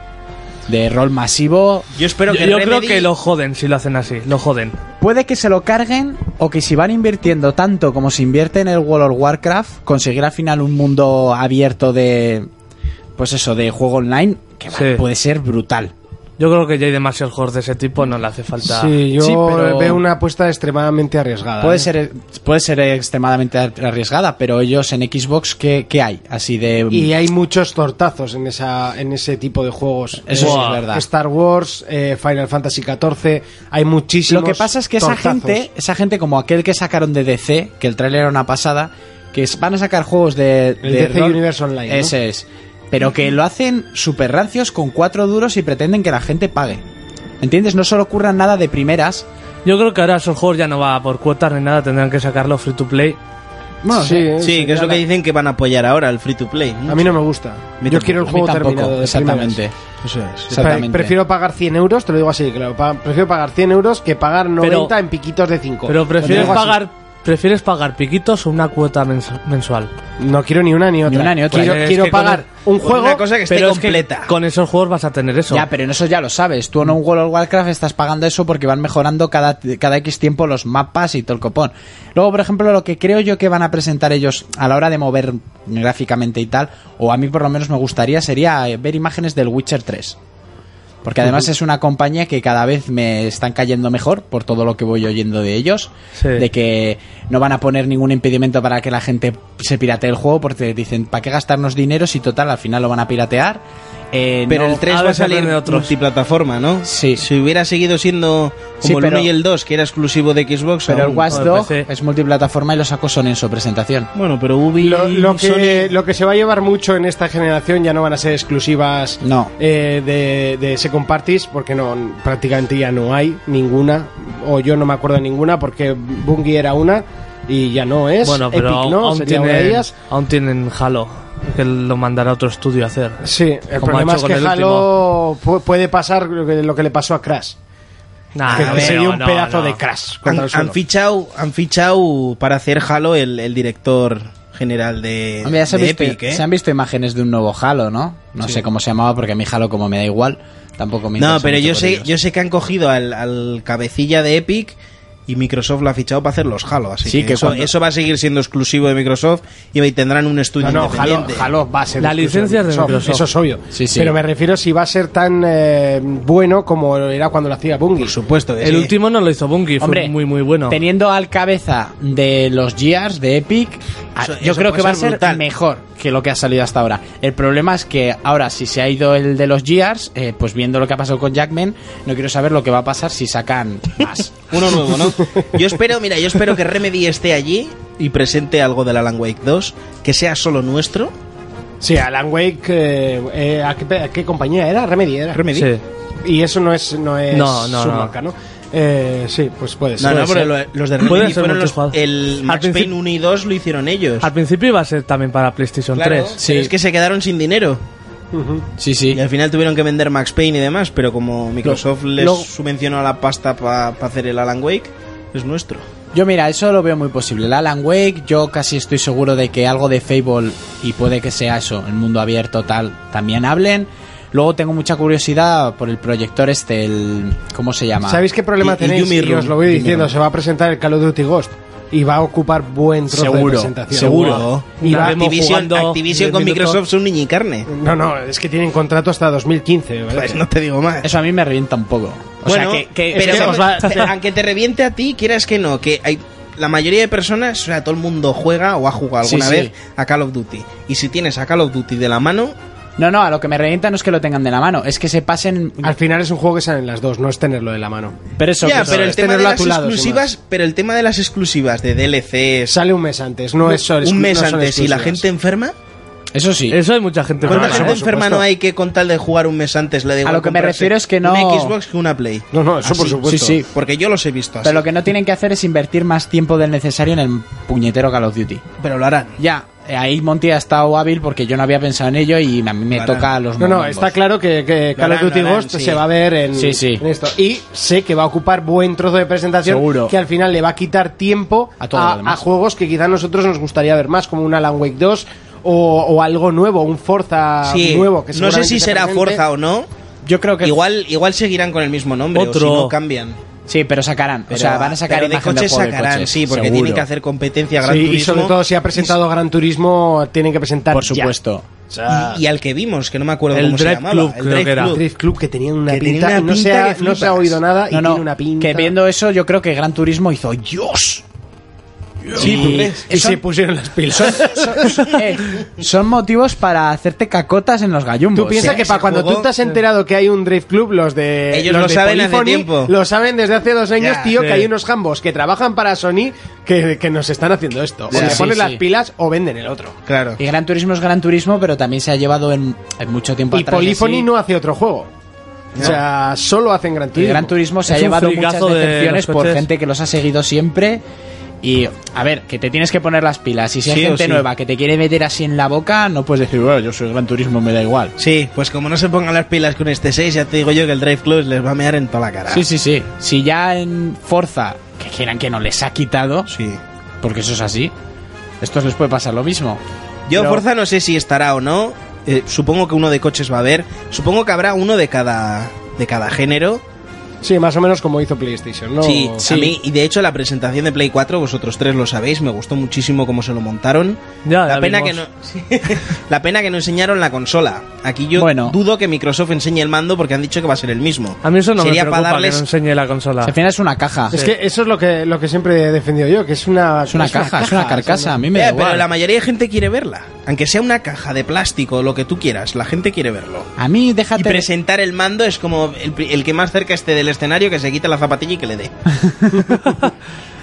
[SPEAKER 5] de rol masivo
[SPEAKER 4] Yo espero
[SPEAKER 6] yo
[SPEAKER 4] que
[SPEAKER 6] yo creo
[SPEAKER 4] Remedy-
[SPEAKER 6] que lo joden si lo hacen así. Lo joden.
[SPEAKER 5] puede que se lo carguen o que si van invirtiendo tanto como se invierte en el World of Warcraft conseguir al final un mundo abierto de pues eso de juego online que
[SPEAKER 6] Sí.
[SPEAKER 5] puede ser brutal
[SPEAKER 6] Yo creo que ya hay demasiados juegos de ese tipo, no le hace falta.
[SPEAKER 2] Sí, yo
[SPEAKER 5] Sí, pero-
[SPEAKER 2] veo una apuesta extremadamente arriesgada.
[SPEAKER 5] puede
[SPEAKER 2] ¿eh?
[SPEAKER 5] ser puede ser extremadamente arriesgada pero ellos en Xbox qué, qué hay así de
[SPEAKER 2] Y hay muchos tortazos en, esa, en ese tipo de juegos.
[SPEAKER 5] Eso sí
[SPEAKER 2] Eh,
[SPEAKER 5] es verdad.
[SPEAKER 2] Star Wars, eh, Final Fantasy XIV, hay muchísimos.
[SPEAKER 5] Lo que pasa es que esa
[SPEAKER 2] tortazos.
[SPEAKER 5] gente, esa gente como aquel que sacaron de DC, que el tráiler era una pasada, que es- van a sacar juegos de,
[SPEAKER 2] El
[SPEAKER 5] de
[SPEAKER 2] DC Universe Online, ¿no?
[SPEAKER 5] Ese es. Pero que lo hacen super rancios con cuatro duros y pretenden que la gente pague. ¿Entiendes? No solo ocurran nada de primeras.
[SPEAKER 6] Yo creo que ahora esos juegos ya no va por cuotas ni nada, tendrán que sacarlo free to play.
[SPEAKER 5] Bueno,
[SPEAKER 2] Sí, eh,
[SPEAKER 4] Sí, que es
[SPEAKER 2] ya
[SPEAKER 4] lo que
[SPEAKER 2] la-
[SPEAKER 4] dicen que van a apoyar ahora, el free to play.
[SPEAKER 2] A mí no me gusta.
[SPEAKER 4] mí
[SPEAKER 2] Yo
[SPEAKER 4] tampoco,
[SPEAKER 2] quiero el
[SPEAKER 5] a mí
[SPEAKER 2] juego
[SPEAKER 5] tampoco,
[SPEAKER 2] terminado. de
[SPEAKER 5] exactamente.
[SPEAKER 2] primeras.
[SPEAKER 4] Eso es.
[SPEAKER 2] Pre-
[SPEAKER 5] Exactamente.
[SPEAKER 2] Prefiero pagar 100 euros, te lo digo así, claro. pa- prefiero pagar 100 euros que pagar 90 en piquitos de 5.
[SPEAKER 6] Pero prefieres pagar, prefieres pagar piquitos o una cuota mens- mensual.
[SPEAKER 2] No quiero ni una ni otra.
[SPEAKER 5] una ni otra.
[SPEAKER 2] Quiero,
[SPEAKER 6] Es
[SPEAKER 2] quiero
[SPEAKER 6] que con
[SPEAKER 2] pagar
[SPEAKER 6] el-
[SPEAKER 2] un
[SPEAKER 4] con
[SPEAKER 2] juego.
[SPEAKER 4] una cosa que esté
[SPEAKER 6] Pero es que
[SPEAKER 4] completa.
[SPEAKER 6] con esos juegos vas a tener eso.
[SPEAKER 5] Ya, pero en eso ya lo sabes. Tú en un World of Warcraft estás pagando eso porque van mejorando cada, cada X tiempo los mapas y todo el copón. Luego, por ejemplo, lo que creo yo que van a presentar ellos a la hora de mover gráficamente y tal, o a mí por lo menos me gustaría, sería eh, ver imágenes del Witcher 3. Porque además es una compañía que cada vez me están cayendo mejor por todo lo que voy oyendo de ellos.
[SPEAKER 6] Sí.
[SPEAKER 5] De que no van a poner ningún impedimento para que la gente se piratee el juego porque dicen, ¿para qué gastarnos dinero si total al final lo van a piratear? Eh,
[SPEAKER 4] Pero
[SPEAKER 5] no-
[SPEAKER 4] el 3
[SPEAKER 6] a
[SPEAKER 4] va a
[SPEAKER 6] ver, se
[SPEAKER 4] salir
[SPEAKER 6] aprende de otros.
[SPEAKER 4] multiplataforma, ¿no?
[SPEAKER 5] Sí.
[SPEAKER 4] Si hubiera seguido siendo como
[SPEAKER 5] Sí,
[SPEAKER 4] el
[SPEAKER 5] pero-
[SPEAKER 4] 1 y el 2, que era exclusivo de Xbox.
[SPEAKER 5] Pero el
[SPEAKER 4] aún- pues, eh.
[SPEAKER 5] Watch
[SPEAKER 6] Joder,
[SPEAKER 5] Dog
[SPEAKER 6] parece-
[SPEAKER 5] es multiplataforma y lo sacó Sony en su presentación.
[SPEAKER 4] Bueno, pero Ubi
[SPEAKER 2] Lo, lo
[SPEAKER 4] y
[SPEAKER 2] que, lo que se va a llevar mucho en esta generación ya no van a ser exclusivas
[SPEAKER 5] No.
[SPEAKER 2] eh, de, de Second Parties, porque no prácticamente ya no hay ninguna, o yo no me acuerdo de ninguna, porque Bungie era una y ya no es.
[SPEAKER 6] Bueno, pero
[SPEAKER 2] Epic
[SPEAKER 6] aún,
[SPEAKER 2] no,
[SPEAKER 6] aún
[SPEAKER 2] sería una de
[SPEAKER 6] tienen,
[SPEAKER 2] ellas.
[SPEAKER 6] aún tienen Halo, que lo mandará a otro estudio a hacer.
[SPEAKER 2] Sí, el
[SPEAKER 6] Como
[SPEAKER 2] problema
[SPEAKER 6] ha
[SPEAKER 2] es
[SPEAKER 6] hecho
[SPEAKER 2] que
[SPEAKER 6] con el
[SPEAKER 2] Halo pu- puede pasar lo que, lo que le pasó a Crash.
[SPEAKER 6] Nah,
[SPEAKER 2] que
[SPEAKER 6] Ah, no
[SPEAKER 2] se
[SPEAKER 6] creo,
[SPEAKER 2] dio un
[SPEAKER 6] no,
[SPEAKER 2] pedazo
[SPEAKER 6] no.
[SPEAKER 2] de Crash.
[SPEAKER 4] Han,
[SPEAKER 2] contra el suelo.
[SPEAKER 4] han fichado, han fichado para hacer Halo el, el director general de,
[SPEAKER 5] Hombre, ya se, han
[SPEAKER 4] de
[SPEAKER 5] visto,
[SPEAKER 4] Epic, ¿eh?
[SPEAKER 5] se han visto imágenes de un nuevo Halo, ¿no? No sé cómo se llamaba porque a mi Halo como me da igual, tampoco me
[SPEAKER 4] No,
[SPEAKER 5] interesa
[SPEAKER 4] pero
[SPEAKER 5] mucho
[SPEAKER 4] yo
[SPEAKER 5] por
[SPEAKER 4] sé,
[SPEAKER 5] ellos.
[SPEAKER 4] yo sé que han cogido al, al cabecilla de Epic y Microsoft lo ha fichado para hacer los Halo. Así
[SPEAKER 5] Sí,
[SPEAKER 4] que,
[SPEAKER 5] que
[SPEAKER 4] eso,
[SPEAKER 5] cuando-
[SPEAKER 4] eso va a seguir siendo exclusivo de Microsoft y ahí tendrán un estudio
[SPEAKER 2] No, no, Halo,
[SPEAKER 4] independiente.
[SPEAKER 2] Halo va a ser.
[SPEAKER 6] La
[SPEAKER 2] exclusivo
[SPEAKER 6] licencia es de Microsoft.
[SPEAKER 2] Eso es obvio.
[SPEAKER 5] Sí, sí.
[SPEAKER 2] Pero me refiero si va a ser tan eh, bueno como era cuando lo hacía Bungie.
[SPEAKER 4] Por supuesto. que
[SPEAKER 6] El
[SPEAKER 4] sí.
[SPEAKER 6] último no lo hizo Bungie, fue
[SPEAKER 5] Hombre,
[SPEAKER 6] muy, muy bueno.
[SPEAKER 5] Teniendo al cabeza de los Gears de Epic, a-
[SPEAKER 4] Eso-
[SPEAKER 5] yo
[SPEAKER 4] eso
[SPEAKER 5] creo que
[SPEAKER 4] puede
[SPEAKER 5] va a
[SPEAKER 4] ser
[SPEAKER 5] ser
[SPEAKER 4] brutal.
[SPEAKER 5] mejor que lo que ha salido hasta ahora. El problema es que ahora, si se ha ido el de los Gears, eh, pues viendo lo que ha pasado con Jackman, no quiero saber lo que va a pasar si sacan más.
[SPEAKER 4] Uno nuevo, ¿no? Yo espero, mira, yo espero que Remedy esté allí y presente algo de la Alan Wake 2, que sea solo nuestro.
[SPEAKER 2] Sí, Alan Wake, eh, eh, ¿a, qué, pe- a qué compañía era? Remedy, era.
[SPEAKER 4] Remedy.
[SPEAKER 6] Sí.
[SPEAKER 2] Y eso no es, no es
[SPEAKER 6] No, no,
[SPEAKER 2] su
[SPEAKER 6] no.
[SPEAKER 2] marca, ¿no? Eh, sí, pues puede
[SPEAKER 4] No,
[SPEAKER 2] ser.
[SPEAKER 4] no,
[SPEAKER 6] Puede
[SPEAKER 4] pero
[SPEAKER 6] ser.
[SPEAKER 4] lo- los de
[SPEAKER 6] Puede
[SPEAKER 4] Remedy
[SPEAKER 6] ser
[SPEAKER 4] fueron los,
[SPEAKER 6] multijugador.
[SPEAKER 4] el
[SPEAKER 6] Al
[SPEAKER 4] Max
[SPEAKER 6] principio-
[SPEAKER 4] Payne 1 y 2 lo hicieron ellos.
[SPEAKER 6] Al principio iba a ser también para PlayStation
[SPEAKER 4] Claro,
[SPEAKER 6] 3.
[SPEAKER 4] pero es que se quedaron sin dinero.
[SPEAKER 2] Ujú.
[SPEAKER 5] Sí,
[SPEAKER 4] Y
[SPEAKER 5] sí.
[SPEAKER 4] al final tuvieron que vender Max Payne y demás, pero como Microsoft les
[SPEAKER 5] lo-
[SPEAKER 4] subvencionó la pasta para hacer el Alan Wake, es nuestro.
[SPEAKER 5] Yo mira, eso lo veo muy posible. El Alan Wake, yo casi estoy seguro de que algo de Fable y puede que sea eso, el mundo abierto tal, también hablen. Luego tengo mucha curiosidad por el proyector este, el ¿cómo se llama?
[SPEAKER 2] ¿Sabéis qué problema
[SPEAKER 4] Y- y
[SPEAKER 2] tenéis?
[SPEAKER 4] Yumi
[SPEAKER 2] Y
[SPEAKER 4] Room,
[SPEAKER 2] os lo voy
[SPEAKER 4] Yumi
[SPEAKER 2] diciendo,
[SPEAKER 4] Room.
[SPEAKER 2] se va a presentar el Call of Duty Ghost. Y va a ocupar buen trozo de
[SPEAKER 5] Seguro,
[SPEAKER 2] presentación.
[SPEAKER 4] Seguro.
[SPEAKER 2] Y va-
[SPEAKER 6] Demo
[SPEAKER 4] Activision,
[SPEAKER 6] jugando
[SPEAKER 4] Activision
[SPEAKER 6] diez
[SPEAKER 4] con
[SPEAKER 6] minutos.
[SPEAKER 4] Microsoft son un niño carne.
[SPEAKER 2] No, no, es que tienen contrato hasta 2015. ¿vale?
[SPEAKER 4] Pues no te digo más.
[SPEAKER 5] Eso a mí me revienta un poco. O
[SPEAKER 4] bueno,
[SPEAKER 5] sea, que, que-
[SPEAKER 4] pero
[SPEAKER 5] es que
[SPEAKER 4] vamos,
[SPEAKER 5] os va-
[SPEAKER 4] pero aunque te reviente a ti, quieras que no, que hay la mayoría de personas, o sea, todo el mundo juega o ha jugado
[SPEAKER 5] Sí,
[SPEAKER 4] alguna
[SPEAKER 5] sí.
[SPEAKER 4] vez a Call of Duty. Y si tienes a Call of Duty de la mano,
[SPEAKER 5] No, no, a lo que me revienta no es que lo tengan de la mano, es que se pasen...
[SPEAKER 2] Al final es un juego que salen las dos, no es tenerlo de la mano.
[SPEAKER 5] Pero eso,
[SPEAKER 4] ya,
[SPEAKER 5] que-
[SPEAKER 4] pero el
[SPEAKER 2] es
[SPEAKER 4] tema de
[SPEAKER 2] tenerlo a
[SPEAKER 4] las
[SPEAKER 2] tu lado, sin
[SPEAKER 4] exclusivas, pero el tema de las exclusivas de DLCs,
[SPEAKER 2] Sale un mes antes, no es solo
[SPEAKER 4] un mes
[SPEAKER 2] no son
[SPEAKER 4] antes y la
[SPEAKER 2] exclusivas.
[SPEAKER 4] gente enferma,
[SPEAKER 5] eso sí.
[SPEAKER 6] Eso hay mucha gente
[SPEAKER 4] ¿cuánta
[SPEAKER 6] mala,
[SPEAKER 2] no,
[SPEAKER 4] gente
[SPEAKER 6] ¿eh?
[SPEAKER 2] por
[SPEAKER 4] enferma
[SPEAKER 2] supuesto.
[SPEAKER 4] no hay que con tal de jugar un mes antes le digo
[SPEAKER 5] A lo que me refiero es que no-
[SPEAKER 4] una Xbox que una Play,
[SPEAKER 2] No, no, eso por
[SPEAKER 4] Así.
[SPEAKER 2] supuesto.
[SPEAKER 5] Ah, Sí, sí.
[SPEAKER 4] porque yo los he visto así,
[SPEAKER 5] Pero lo que no tienen que hacer es invertir más tiempo del necesario en el puñetero Call of Duty.
[SPEAKER 4] pero lo harán.
[SPEAKER 5] Ya, eh, ahí Monty ha estado hábil porque yo no había pensado en ello y a mí me
[SPEAKER 4] Claro.
[SPEAKER 5] toca los
[SPEAKER 2] No, no,
[SPEAKER 5] mongongos.
[SPEAKER 2] está claro que, que Call of
[SPEAKER 4] harán,
[SPEAKER 2] Duty
[SPEAKER 4] lo harán,
[SPEAKER 2] Ghost
[SPEAKER 4] sí.
[SPEAKER 2] se va a ver en,
[SPEAKER 5] Sí, sí.
[SPEAKER 2] en esto. Y sé que va a ocupar buen trozo de presentación
[SPEAKER 5] Seguro.
[SPEAKER 2] que al final le va a quitar tiempo
[SPEAKER 5] A todo lo demás.
[SPEAKER 2] juegos que quizá a nosotros nos gustaría ver más, como un Alan Wake 2 o, o algo nuevo, un Forza
[SPEAKER 4] Sí,
[SPEAKER 2] Ah, nuevo. Que
[SPEAKER 4] no sé
[SPEAKER 2] seguramente se
[SPEAKER 4] si será
[SPEAKER 2] presente.
[SPEAKER 4] Forza o no.
[SPEAKER 5] Yo creo que...
[SPEAKER 4] Igual, igual seguirán con el mismo nombre,
[SPEAKER 6] Otro.
[SPEAKER 4] o si no cambian.
[SPEAKER 5] Sí, pero sacarán.
[SPEAKER 4] Pero-
[SPEAKER 5] o sea, van a sacar
[SPEAKER 4] pero de
[SPEAKER 5] imagen del
[SPEAKER 4] coches
[SPEAKER 5] juego de
[SPEAKER 4] sacarán,
[SPEAKER 5] coches,
[SPEAKER 4] sí, porque
[SPEAKER 5] seguro.
[SPEAKER 4] tienen que hacer competencia a Gran
[SPEAKER 2] Sí, y
[SPEAKER 4] Turismo.
[SPEAKER 2] sobre todo si ha presentado Gran Turismo, tienen que presentar
[SPEAKER 5] Por
[SPEAKER 2] ya.
[SPEAKER 5] supuesto.
[SPEAKER 4] Y, y al que vimos, que no me acuerdo
[SPEAKER 6] El
[SPEAKER 4] cómo
[SPEAKER 6] Drive
[SPEAKER 4] se llamaba.
[SPEAKER 6] Club, creo que era.
[SPEAKER 2] El Drift Club que tenía una
[SPEAKER 4] Que tenía
[SPEAKER 2] pinta,
[SPEAKER 4] una
[SPEAKER 2] y no, se
[SPEAKER 4] pinta
[SPEAKER 2] ha,
[SPEAKER 4] que
[SPEAKER 2] no se ha
[SPEAKER 4] flipas.
[SPEAKER 2] oído nada y
[SPEAKER 5] No, no,
[SPEAKER 2] tiene una pinta.
[SPEAKER 5] que viendo eso yo creo que Gran Turismo hizo ¡Dios!
[SPEAKER 4] Sí, ¿tú crees?
[SPEAKER 2] y se
[SPEAKER 5] son-
[SPEAKER 2] pusieron las pilas.
[SPEAKER 5] Eh, son motivos para hacerte cacotas en los gallumbos.
[SPEAKER 2] Tú piensas
[SPEAKER 5] ¿eh?
[SPEAKER 2] que para
[SPEAKER 4] ese
[SPEAKER 2] cuando
[SPEAKER 4] juego-
[SPEAKER 2] tú te has enterado que hay un Drift Club, los de.
[SPEAKER 4] Ellos
[SPEAKER 2] los
[SPEAKER 4] lo
[SPEAKER 2] de
[SPEAKER 4] saben hace
[SPEAKER 2] Polyphony,
[SPEAKER 4] tiempo.
[SPEAKER 2] Lo saben desde hace dos años,
[SPEAKER 4] Ya,
[SPEAKER 2] tío,
[SPEAKER 6] sí.
[SPEAKER 2] que hay unos jambos que trabajan para Sony que, que nos están haciendo esto. O
[SPEAKER 5] Sí,
[SPEAKER 2] le
[SPEAKER 5] sí,
[SPEAKER 2] ponen
[SPEAKER 5] sí.
[SPEAKER 2] las pilas o venden el otro.
[SPEAKER 4] Claro.
[SPEAKER 5] Y Gran Turismo es Gran Turismo, pero también se ha llevado en, en mucho tiempo
[SPEAKER 2] Y
[SPEAKER 5] atrás.
[SPEAKER 2] Polyphony
[SPEAKER 5] así.
[SPEAKER 2] no hace otro juego. O sea, solo hacen Gran
[SPEAKER 5] Y
[SPEAKER 2] Turismo.
[SPEAKER 5] Gran Turismo se
[SPEAKER 6] Es
[SPEAKER 5] ha
[SPEAKER 6] un
[SPEAKER 5] llevado muchas
[SPEAKER 6] fricazo de
[SPEAKER 5] decepciones
[SPEAKER 6] los
[SPEAKER 5] por
[SPEAKER 6] coches.
[SPEAKER 5] gente que los ha seguido siempre. Y, a ver, que te tienes que poner las pilas. Y si hay
[SPEAKER 4] Sí o
[SPEAKER 5] gente
[SPEAKER 4] sí.
[SPEAKER 5] nueva que te quiere meter así en la boca, no puedes decir, bueno, yo soy Gran Turismo, me da igual.
[SPEAKER 4] Sí, pues como no se pongan las pilas con este 6, ya te digo yo que el Drive Club les va a mear en toda la cara.
[SPEAKER 5] Sí, sí, sí. Si ya en Forza, que quieran que no les ha quitado,
[SPEAKER 4] Sí.
[SPEAKER 5] porque eso es así, estos les puede pasar lo mismo.
[SPEAKER 4] Yo
[SPEAKER 5] Pero-
[SPEAKER 4] Forza no sé si estará o no. Eh, supongo que uno de coches va a haber. Supongo que habrá uno de cada de cada género.
[SPEAKER 2] Sí, más o menos como hizo PlayStation, ¿no?
[SPEAKER 4] sí,
[SPEAKER 5] sí.
[SPEAKER 4] a mí y de hecho la presentación de Play 4 vosotros tres lo sabéis, me gustó muchísimo cómo se lo montaron.
[SPEAKER 6] Ya,
[SPEAKER 4] la
[SPEAKER 6] Ah, ya
[SPEAKER 4] pena que no
[SPEAKER 6] vimos.
[SPEAKER 4] sí. la pena que no enseñaron la consola. Aquí yo
[SPEAKER 5] Bueno.
[SPEAKER 4] dudo que Microsoft enseñe el mando porque han dicho que va a ser el mismo.
[SPEAKER 6] A mí eso no
[SPEAKER 4] Sería
[SPEAKER 6] me
[SPEAKER 4] para
[SPEAKER 6] preocupa
[SPEAKER 4] darles
[SPEAKER 6] que no enseñe la consola.
[SPEAKER 5] Al final es una caja.
[SPEAKER 2] Es que eso es lo que, lo que siempre he defendido yo, que es una.
[SPEAKER 5] Es una caja, es una
[SPEAKER 2] o sea,
[SPEAKER 5] carcasa.
[SPEAKER 2] no-
[SPEAKER 5] A mí me
[SPEAKER 4] Eh,
[SPEAKER 5] da
[SPEAKER 4] pero
[SPEAKER 5] igual.
[SPEAKER 4] la mayoría de gente quiere verla. A aunque sea una caja de plástico, lo que tú quieras, la gente quiere verlo.
[SPEAKER 5] A mí,
[SPEAKER 4] Y
[SPEAKER 5] déjate.
[SPEAKER 4] presentar el mando es como el, pri- el que más cerca esté del escenario que se quita la zapatilla y que le dé.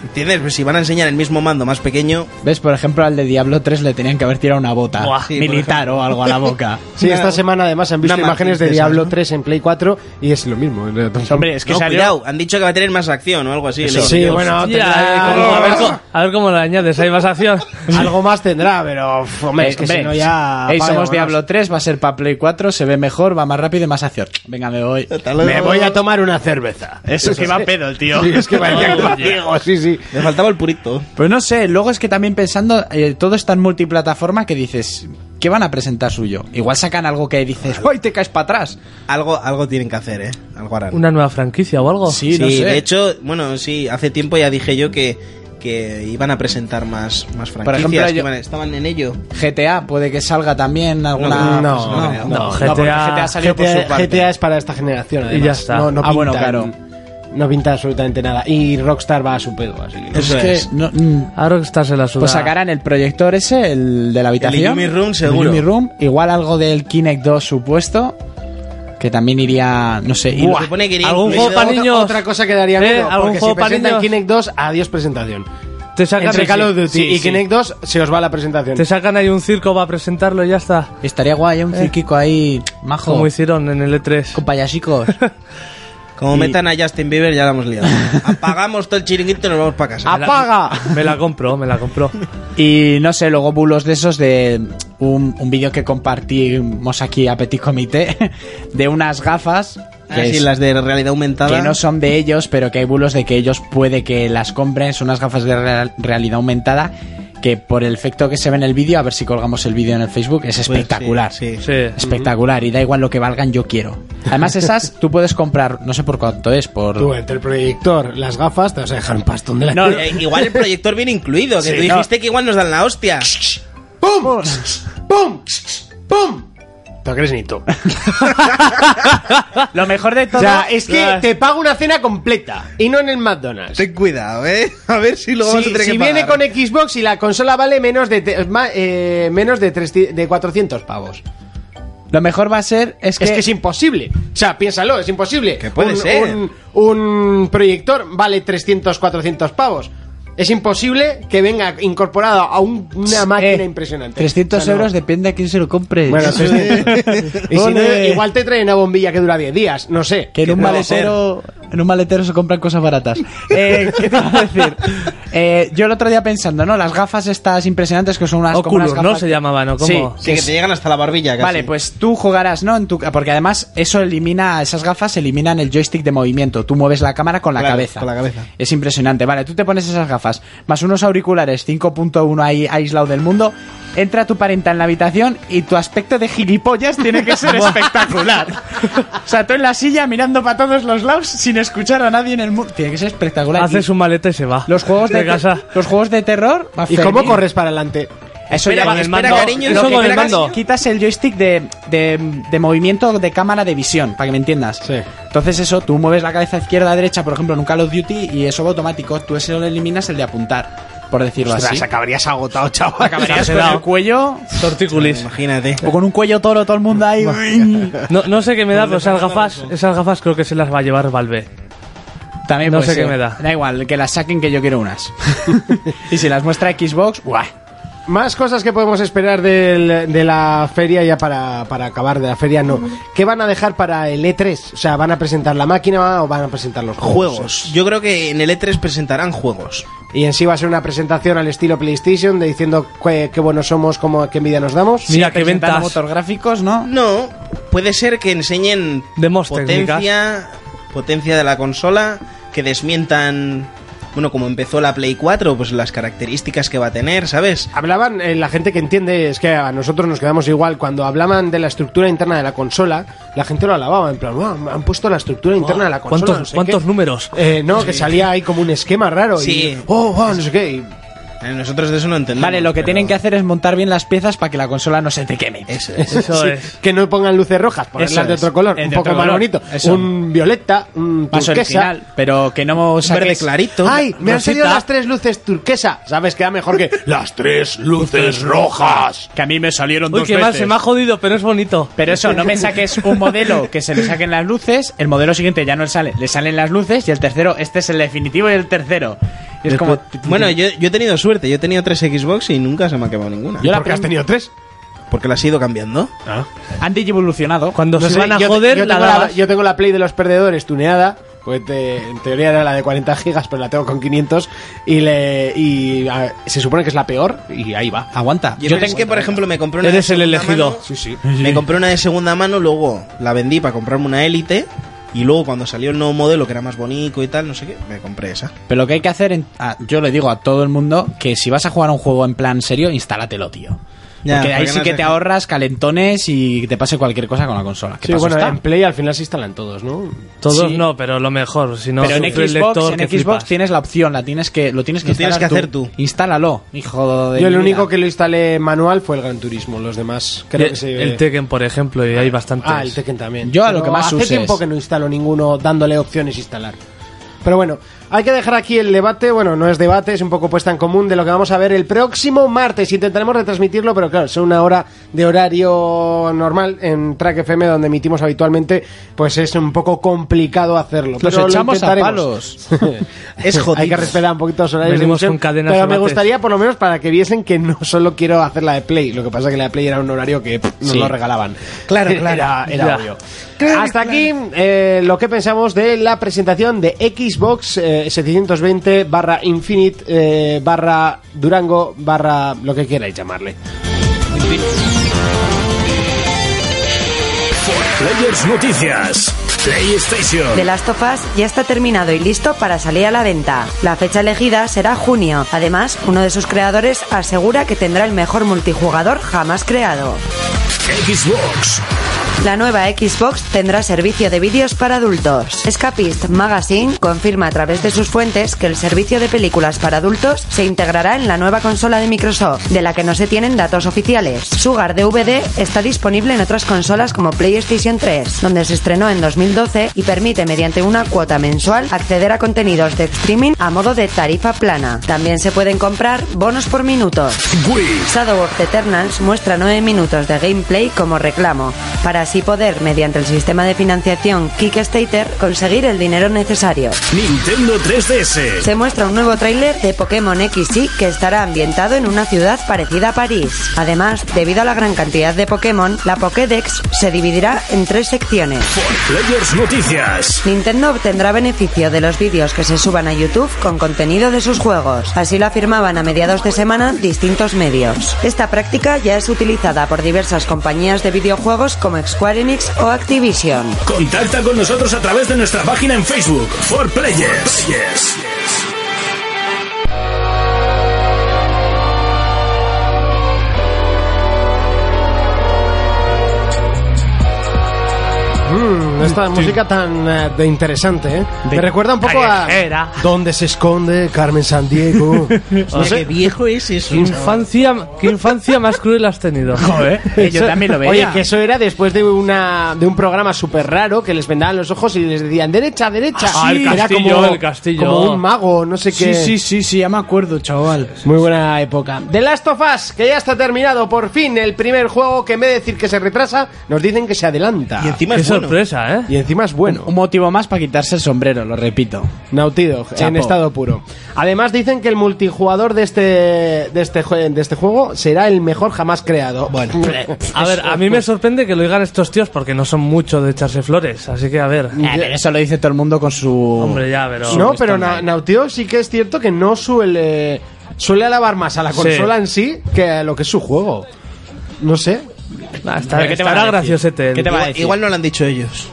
[SPEAKER 4] ¿Entiendes? Pues si van a enseñar el mismo mando más pequeño,
[SPEAKER 5] ¿Ves? Por ejemplo, al de Diablo 3 le tenían que haber tirado una bota
[SPEAKER 4] Buah, sí, por
[SPEAKER 5] militar o algo a la boca.
[SPEAKER 2] Sí,
[SPEAKER 4] Una-
[SPEAKER 2] esta semana además han visto
[SPEAKER 4] una
[SPEAKER 2] imágenes de
[SPEAKER 4] matriz de esas,
[SPEAKER 2] Diablo
[SPEAKER 4] ¿no?
[SPEAKER 2] 3 en Play 4 y es lo mismo.
[SPEAKER 1] Hombre, es que
[SPEAKER 4] no,
[SPEAKER 1] salió.
[SPEAKER 4] cuidado, han dicho que va a tener más acción o algo así.
[SPEAKER 2] Sí,
[SPEAKER 4] Los-
[SPEAKER 2] sí,
[SPEAKER 4] los-
[SPEAKER 2] bueno,
[SPEAKER 6] Ya,
[SPEAKER 2] tendrá-
[SPEAKER 6] a, ver, cómo- a ver cómo le añades, hay más acción.
[SPEAKER 2] algo más tendrá, pero uf, hombre, es que si
[SPEAKER 5] Eh, Hombre,
[SPEAKER 2] no ya... apaga,
[SPEAKER 5] ey, somos
[SPEAKER 2] vámonos.
[SPEAKER 5] Diablo 3, va a ser para Play 4, se ve mejor, va más rápido y más acción. Venga, me voy.
[SPEAKER 4] Hasta luego.
[SPEAKER 2] Me voy a tomar una cerveza.
[SPEAKER 1] Eso es que va pedo el tío.
[SPEAKER 2] Sí, es que parecía que iba ciego, sí, sí.
[SPEAKER 4] Me faltaba el purito.
[SPEAKER 5] Pues no sé, luego es que también pensando, eh, todo está en multiplataforma que dices, ¿qué van a presentar suyo? Igual sacan algo que dices, ¡ay, te caes para atrás!
[SPEAKER 4] Algo, algo tienen que hacer, ¿eh? Algo harán.
[SPEAKER 6] Una nueva franquicia o algo.
[SPEAKER 5] Sí, no sé.
[SPEAKER 4] de hecho, bueno, sí, hace tiempo ya dije yo que, que iban a presentar más, más franquicias.
[SPEAKER 5] ejemplo,
[SPEAKER 4] que
[SPEAKER 5] yo-
[SPEAKER 4] iban- estaban en ello.
[SPEAKER 5] GTA puede que salga también alguna...
[SPEAKER 2] No,
[SPEAKER 5] pues
[SPEAKER 2] no,
[SPEAKER 4] creo.
[SPEAKER 6] No,
[SPEAKER 5] porque
[SPEAKER 6] GTA
[SPEAKER 5] GTA salió por
[SPEAKER 2] GTA
[SPEAKER 5] su parte.
[SPEAKER 2] GTA es para esta generación, además.
[SPEAKER 6] Y ya está.
[SPEAKER 2] No, no
[SPEAKER 5] Ah, bueno,
[SPEAKER 2] pintan-
[SPEAKER 5] claro.
[SPEAKER 2] No pinta absolutamente nada. Y Rockstar va a su pedo, así que...
[SPEAKER 5] Pues es que no- mm,
[SPEAKER 6] Ahora que estás en la suda.
[SPEAKER 5] pues sacarán el proyector ese, el de la habitación.
[SPEAKER 4] Illumi Room,
[SPEAKER 5] El
[SPEAKER 4] seguro.
[SPEAKER 5] Illumi Room, igual algo del Kinect 2 supuesto, que también iría, no sé, y-
[SPEAKER 4] Buah. supone que pues iría
[SPEAKER 6] algún
[SPEAKER 4] incluido
[SPEAKER 6] juego para
[SPEAKER 4] otra-
[SPEAKER 6] niños.
[SPEAKER 2] Otra cosa que daría
[SPEAKER 6] Eh,
[SPEAKER 2] miedo,
[SPEAKER 6] algún
[SPEAKER 2] porque si
[SPEAKER 6] juego para
[SPEAKER 2] presentan
[SPEAKER 6] niños.
[SPEAKER 2] Kinect 2, adiós presentación.
[SPEAKER 6] Te sacan
[SPEAKER 2] Entre
[SPEAKER 6] sí,
[SPEAKER 2] Call of Duty
[SPEAKER 6] sí,
[SPEAKER 2] y
[SPEAKER 6] sí.
[SPEAKER 2] Kinect 2 se os va la presentación.
[SPEAKER 6] Te sacan ahí un circo va a presentarlo y ya está.
[SPEAKER 5] estaría guay ¿eh? un cirquico ahí, majo,
[SPEAKER 6] Como hicieron en el E E3.
[SPEAKER 5] con payasicos.
[SPEAKER 4] Como metan a Justin Bieber, ya la hemos liado. Apagamos todo el chiringuito y nos vamos para casa.
[SPEAKER 5] ¡Apaga!
[SPEAKER 6] Me la compró, me la compró.
[SPEAKER 5] Y no sé, luego bulos de esos de un, un vídeo que compartimos aquí a Petit Comité de unas gafas que,
[SPEAKER 4] Ah, sí,
[SPEAKER 5] es-
[SPEAKER 4] las de realidad aumentada.
[SPEAKER 5] que no son de ellos, pero que hay bulos de que ellos puede que las compren. Son unas gafas de real- realidad aumentada que por el efecto que se ve en el vídeo, a ver si colgamos el vídeo en el Facebook, es
[SPEAKER 4] Pues sí,
[SPEAKER 5] espectacular.
[SPEAKER 4] sí.
[SPEAKER 6] Sí.
[SPEAKER 5] Espectacular, y da igual lo que valgan, yo quiero. Además, esas tú puedes comprar, no sé por cuánto es, por.
[SPEAKER 2] Tú, eh. entre el proyector, las gafas, te vas a dejar un pastón de la
[SPEAKER 5] No,
[SPEAKER 4] Eh, igual el proyector viene incluido, que
[SPEAKER 5] Sí,
[SPEAKER 4] tú
[SPEAKER 5] no.
[SPEAKER 4] dijiste que igual nos dan la hostia.
[SPEAKER 2] ¡Pum! ¡Pum! ¡Pum! Te lo crees ni tú.
[SPEAKER 5] Lo mejor de todo.
[SPEAKER 2] O sea, es que te pago una cena completa y no en el McDonald's.
[SPEAKER 4] Ten cuidado, eh. A ver si lo
[SPEAKER 2] si si viene con Xbox y la consola vale menos de te- ma- eh, menos de, 300 de 400 pavos.
[SPEAKER 5] Lo mejor va a ser es que,
[SPEAKER 2] Es que es imposible. O sea, piénsalo, es imposible.
[SPEAKER 4] Que puede
[SPEAKER 2] un,
[SPEAKER 4] ser.
[SPEAKER 2] Un, un proyector vale 300, 400 pavos. Es imposible que venga incorporado a un- una máquina
[SPEAKER 5] Eh,
[SPEAKER 2] impresionante.
[SPEAKER 5] 300
[SPEAKER 2] O sea, no.
[SPEAKER 5] euros depende a quién se lo compre.
[SPEAKER 2] Bueno,
[SPEAKER 5] Sí.
[SPEAKER 2] 300. y si no,
[SPEAKER 5] Ole.
[SPEAKER 2] eh, igual te traen una bombilla que dura 10 días, no sé.
[SPEAKER 5] que en un
[SPEAKER 4] puede
[SPEAKER 5] maletero en un maletero se compran cosas baratas. Eh, ¿Qué te iba a decir? Eh, yo el otro día pensando, ¿no? Las gafas estas impresionantes que son unas como unas
[SPEAKER 6] Oculus, ¿no?
[SPEAKER 5] gafas
[SPEAKER 6] Se
[SPEAKER 5] que-
[SPEAKER 6] llamaban, ¿o cómo?
[SPEAKER 5] Sí.
[SPEAKER 4] Sí, que te llegan hasta la barbilla, casi.
[SPEAKER 5] Vale, pues tú jugarás, ¿no? En tu, porque además eso elimina, esas gafas eliminan el joystick de movimiento. Tú mueves la cámara con la
[SPEAKER 4] Claro,
[SPEAKER 5] cabeza.
[SPEAKER 4] con la cabeza.
[SPEAKER 5] Es impresionante. Vale, tú te pones esas gafas, más unos auriculares 5.1 ahí aislado del mundo. Entra tu parenta en la habitación y tu aspecto de gilipollas tiene que ser espectacular. o sea, tú en la silla mirando para todos los lados sin escuchar a nadie en el mundo. Tiene que ser espectacular.
[SPEAKER 6] Hace
[SPEAKER 5] Y
[SPEAKER 6] su maleta y se va.
[SPEAKER 5] los juegos de,
[SPEAKER 6] casa.
[SPEAKER 5] los juegos de terror. va
[SPEAKER 2] ¿Y cómo
[SPEAKER 5] Fermín.
[SPEAKER 2] corres para adelante?
[SPEAKER 5] Eso
[SPEAKER 4] Espera,
[SPEAKER 5] ya va-
[SPEAKER 4] espera, cariño,
[SPEAKER 6] eso
[SPEAKER 5] lo que
[SPEAKER 6] con el
[SPEAKER 5] quitas-
[SPEAKER 6] mando.
[SPEAKER 5] Quitas el joystick de, de- de movimiento de cámara de visión, para que me entiendas.
[SPEAKER 2] Sí.
[SPEAKER 5] Entonces eso, tú mueves la cabeza izquierda a derecha, por ejemplo, en un Call of Duty, y eso va automático. Tú ese lo eliminas el de apuntar, por decirlo
[SPEAKER 2] Ostras,
[SPEAKER 5] así.
[SPEAKER 2] acabarías agotado, chaval.
[SPEAKER 5] Acabarías con el cuello,
[SPEAKER 6] Torticulis.
[SPEAKER 4] Imagínate.
[SPEAKER 5] o con un cuello toro todo el mundo ahí.
[SPEAKER 6] No, no sé qué me da, pero esas gafas, esas gafas creo que se las va a llevar Valve.
[SPEAKER 5] También
[SPEAKER 6] No
[SPEAKER 5] puede
[SPEAKER 6] sé qué
[SPEAKER 5] ser.
[SPEAKER 6] me da.
[SPEAKER 5] Da igual, que las saquen que yo quiero unas. y si las muestra Xbox, ¡guau!
[SPEAKER 2] Más cosas que podemos esperar del- de la feria, ya para, para acabar de la feria, no. ¿Qué van a dejar para el E3? O sea, ¿van a presentar la máquina o van a presentar los juegos?
[SPEAKER 4] Juegos. Yo creo que en el E3 presentarán juegos.
[SPEAKER 2] Y en sí va a ser una presentación al estilo PlayStation, de diciendo qué, qué buenos somos, cómo, qué envidia nos damos.
[SPEAKER 6] Mira qué
[SPEAKER 5] Presentan
[SPEAKER 6] ventas.
[SPEAKER 5] motor gráficos, ¿no?
[SPEAKER 4] No, puede ser que enseñen
[SPEAKER 6] Demos
[SPEAKER 5] ¿eh?
[SPEAKER 4] potencia, potencia de la consola, que desmientan, bueno, como empezó la Play 4, pues las características que va a tener, ¿sabes?
[SPEAKER 5] Ah.
[SPEAKER 2] Hablaban, eh, la gente que entiende, es que a nosotros nos quedamos igual, cuando hablaban de la estructura interna de la consola, la gente lo alababa, en plan, "Buah, han puesto la estructura interna de la consola.
[SPEAKER 6] ¿Cuántos,
[SPEAKER 2] no sé
[SPEAKER 6] cuántos
[SPEAKER 2] qué".
[SPEAKER 6] números?
[SPEAKER 2] Eh, no, que salía ahí como un esquema raro.
[SPEAKER 4] Sí.
[SPEAKER 2] Y, oh, oh, no sé qué. y
[SPEAKER 4] Eh, Nosotros de eso no entendemos.
[SPEAKER 5] Vale, lo que
[SPEAKER 4] pero-
[SPEAKER 5] tienen que hacer es montar bien las piezas para que la consola no se te queme.
[SPEAKER 4] Eso es.
[SPEAKER 6] Eso
[SPEAKER 2] Sí,
[SPEAKER 6] es.
[SPEAKER 2] Que no pongan luces rojas,
[SPEAKER 5] Eso
[SPEAKER 2] ponerlas de
[SPEAKER 5] es.
[SPEAKER 2] otro color,
[SPEAKER 5] Eh,
[SPEAKER 2] un
[SPEAKER 5] de
[SPEAKER 2] poco
[SPEAKER 5] otro
[SPEAKER 2] más
[SPEAKER 5] color.
[SPEAKER 2] bonito.
[SPEAKER 5] Eso.
[SPEAKER 2] Un violeta, un
[SPEAKER 5] Más
[SPEAKER 2] turquesa.
[SPEAKER 5] original, pero que no
[SPEAKER 4] Un verde
[SPEAKER 5] saques...
[SPEAKER 4] clarito.
[SPEAKER 2] ¡Ay! Me han
[SPEAKER 5] Rosita.
[SPEAKER 2] salido las tres luces turquesa. ¿Sabes? Queda mejor que las tres luces rojas.
[SPEAKER 5] Que a mí me salieron
[SPEAKER 6] Uy,
[SPEAKER 5] dos
[SPEAKER 6] qué mal,
[SPEAKER 5] veces.
[SPEAKER 6] se me ha jodido, pero es bonito.
[SPEAKER 5] Pero eso, no me saques un modelo que se le saquen las luces, el modelo siguiente ya no le sale, le salen las luces y el tercero, este es el definitivo y el tercero. Y es como...
[SPEAKER 4] Bueno, yo, yo he tenido suerte. Yo he tenido tres Xbox y nunca se me ha quemado ninguna.
[SPEAKER 5] Yo la
[SPEAKER 2] ¿Por qué has tenido tres?
[SPEAKER 4] Porque las he ido cambiando.
[SPEAKER 5] han evolucionado.
[SPEAKER 6] Cuando
[SPEAKER 2] No
[SPEAKER 6] se
[SPEAKER 2] sé,
[SPEAKER 6] van a
[SPEAKER 2] yo te-
[SPEAKER 6] joder,
[SPEAKER 2] yo
[SPEAKER 6] la
[SPEAKER 2] tengo la-
[SPEAKER 6] dabas.
[SPEAKER 2] yo tengo la Play de los perdedores tuneada. Pues te- en teoría era la de 40 gigas, pero la tengo con 500 y, le, y a- se supone que es la peor y ahí va.
[SPEAKER 5] Aguanta.
[SPEAKER 4] Yo, es que, por ejemplo, me compré una.
[SPEAKER 6] Eres
[SPEAKER 4] de
[SPEAKER 6] el
[SPEAKER 4] segunda
[SPEAKER 6] elegido.
[SPEAKER 4] mano,
[SPEAKER 2] Sí, sí.
[SPEAKER 4] Me compré una de segunda mano, luego la vendí para comprarme una Elite. Y luego, cuando salió el nuevo modelo, que era más bonito y tal, no sé qué, me compré esa.
[SPEAKER 5] Pero lo que hay que hacer, en- ah, yo le digo a todo el mundo que si vas a jugar a un juego en plan serio, instálatelo, tío.
[SPEAKER 4] Ya,
[SPEAKER 5] porque ahí
[SPEAKER 4] porque
[SPEAKER 5] sí
[SPEAKER 4] no
[SPEAKER 5] que
[SPEAKER 4] te-
[SPEAKER 5] te ahorras calentones y te pase cualquier cosa con la consola. ¿Qué
[SPEAKER 2] Sí,
[SPEAKER 5] pasó
[SPEAKER 2] bueno,
[SPEAKER 5] está?
[SPEAKER 2] en Play al final se instalan todos, ¿no?
[SPEAKER 6] Todos
[SPEAKER 5] Sí.
[SPEAKER 6] no, pero lo mejor. Si no,
[SPEAKER 5] Pero en
[SPEAKER 6] sufre el
[SPEAKER 5] Xbox,
[SPEAKER 6] lector
[SPEAKER 5] en
[SPEAKER 6] que
[SPEAKER 5] Xbox
[SPEAKER 6] flipas.
[SPEAKER 5] tienes la opción, la tienes que, lo tienes que
[SPEAKER 4] Lo tienes
[SPEAKER 5] instalar
[SPEAKER 4] que hacer tú.
[SPEAKER 5] Instálalo, hijo de
[SPEAKER 2] Yo el
[SPEAKER 5] mi
[SPEAKER 2] único
[SPEAKER 5] vida.
[SPEAKER 2] que lo instalé manual fue el Gran Turismo, los demás creo que
[SPEAKER 6] El-
[SPEAKER 2] se...
[SPEAKER 6] El Tekken, por ejemplo, y hay bastantes.
[SPEAKER 2] Ah, el Tekken también.
[SPEAKER 5] Yo a lo
[SPEAKER 2] Pero
[SPEAKER 5] que más
[SPEAKER 2] hace
[SPEAKER 5] uses.
[SPEAKER 2] tiempo que no instalo ninguno dándole opciones e instalar. Pero bueno, hay que dejar aquí el debate. Bueno, no es debate, es un poco puesta en común de lo que vamos a ver el próximo martes. Intentaremos retransmitirlo, pero claro, son una hora de horario normal en Track FM, donde emitimos habitualmente. Pues es un poco complicado hacerlo.
[SPEAKER 5] Los
[SPEAKER 2] pero lo
[SPEAKER 5] echamos a
[SPEAKER 2] intentaremos.
[SPEAKER 5] palos.
[SPEAKER 4] Es jodido.
[SPEAKER 2] Hay que respetar un poquito los horarios de
[SPEAKER 6] Venimos
[SPEAKER 2] emisión,
[SPEAKER 6] con cadenas
[SPEAKER 2] Pero
[SPEAKER 6] de
[SPEAKER 2] me
[SPEAKER 6] mates.
[SPEAKER 2] gustaría, por lo menos, para que viesen que no solo quiero hacer la de Play. Lo que pasa es que la de Play era un horario que pff, nos
[SPEAKER 5] Sí.
[SPEAKER 2] lo regalaban.
[SPEAKER 4] Claro,
[SPEAKER 2] Era-
[SPEAKER 4] claro.
[SPEAKER 2] Era,
[SPEAKER 6] Ya.
[SPEAKER 2] obvio. Hasta aquí eh, lo que pensamos de la presentación de Xbox eh, 720 barra Infinite eh, barra Durango barra lo que queráis llamarle.
[SPEAKER 1] Players Noticias. PlayStation.
[SPEAKER 3] The Last of Us ya está terminado y listo para salir a la venta. La fecha elegida será junio. Además, uno de sus creadores asegura que tendrá el mejor multijugador jamás creado.
[SPEAKER 1] Xbox.
[SPEAKER 3] La nueva Xbox tendrá servicio de vídeos para adultos. Escapist Magazine confirma a través de sus fuentes que el servicio de películas para adultos se integrará en la nueva consola de Microsoft, de la que no se tienen datos oficiales. Sugar DVD está disponible en otras consolas como PlayStation 3, donde se estrenó en 2012 y permite mediante una cuota mensual acceder a contenidos de streaming a modo de tarifa plana. También se pueden comprar bonos por minuto.
[SPEAKER 1] Wii.
[SPEAKER 3] Shadow of the Eternals muestra 9 minutos de gameplay como reclamo, para así poder, mediante el sistema de financiación Kickstarter, conseguir el dinero necesario.
[SPEAKER 1] Nintendo 3DS.
[SPEAKER 3] Se muestra un nuevo tráiler de Pokémon XY que estará ambientado en una ciudad parecida a París. Además, debido a la gran cantidad de Pokémon, la Pokédex se dividirá en tres secciones.
[SPEAKER 1] Players Noticias.
[SPEAKER 3] Nintendo obtendrá beneficio de los vídeos que se suban a YouTube con contenido de sus juegos. Así lo afirmaban a mediados de semana distintos medios. Esta práctica ya es utilizada por diversas compañías de videojuegos como Square Enix o Activision.
[SPEAKER 1] Contacta con nosotros a través de nuestra página en Facebook. For Players.
[SPEAKER 2] Mm, esta música tan eh, de interesante, ¿eh?
[SPEAKER 6] De
[SPEAKER 2] Me recuerda un poco
[SPEAKER 6] callejera.
[SPEAKER 2] a... ¿Dónde se esconde Carmen Sandiego?
[SPEAKER 4] Hostia, qué viejo es eso.
[SPEAKER 6] ¿Qué infancia, ¿Qué infancia más cruel has tenido? Joder.
[SPEAKER 5] Eh, yo también lo veía.
[SPEAKER 2] Oye, que eso era después de una de un programa súper raro que les vendaban los ojos y les decían derecha, derecha.
[SPEAKER 6] Ah, el
[SPEAKER 2] Era
[SPEAKER 6] castillo,
[SPEAKER 2] como,
[SPEAKER 6] el castillo.
[SPEAKER 2] Como un mago, no sé qué.
[SPEAKER 5] sí, sí, ya me acuerdo, chaval.
[SPEAKER 2] Muy buena época. The Last of Us, que ya está terminado por fin el primer juego que en vez de decir que se retrasa, nos dicen que se adelanta.
[SPEAKER 4] Y encima
[SPEAKER 6] Qué
[SPEAKER 4] es bueno.
[SPEAKER 6] sorpresa, ¿eh?
[SPEAKER 2] Y encima es bueno.
[SPEAKER 5] Un motivo más para quitarse el sombrero, lo repito.
[SPEAKER 2] Naughty Dog, en
[SPEAKER 5] Chapo.
[SPEAKER 2] estado puro. Además dicen que el multijugador de este de este, jue- de este juego será el mejor jamás creado. Bueno,
[SPEAKER 6] A ver, a mí me sorprende que lo digan estos tíos porque no son mucho de echarse flores. Así que, a ver.
[SPEAKER 5] Eh, pero eso lo dice todo el mundo con su...
[SPEAKER 6] Hombre, ya, pero.
[SPEAKER 2] No, pero Na- Naughty Dog sí que es cierto que no suele suele alabar más a la
[SPEAKER 6] Sí.
[SPEAKER 2] consola en sí que a lo que es su juego. No sé.
[SPEAKER 6] Ah, está,
[SPEAKER 5] ¿Pero qué te van a
[SPEAKER 6] estará
[SPEAKER 5] decir?
[SPEAKER 6] graciosete. el-
[SPEAKER 5] ¿Qué te van a
[SPEAKER 4] Igual,
[SPEAKER 5] decir?
[SPEAKER 4] igual no lo han dicho ellos.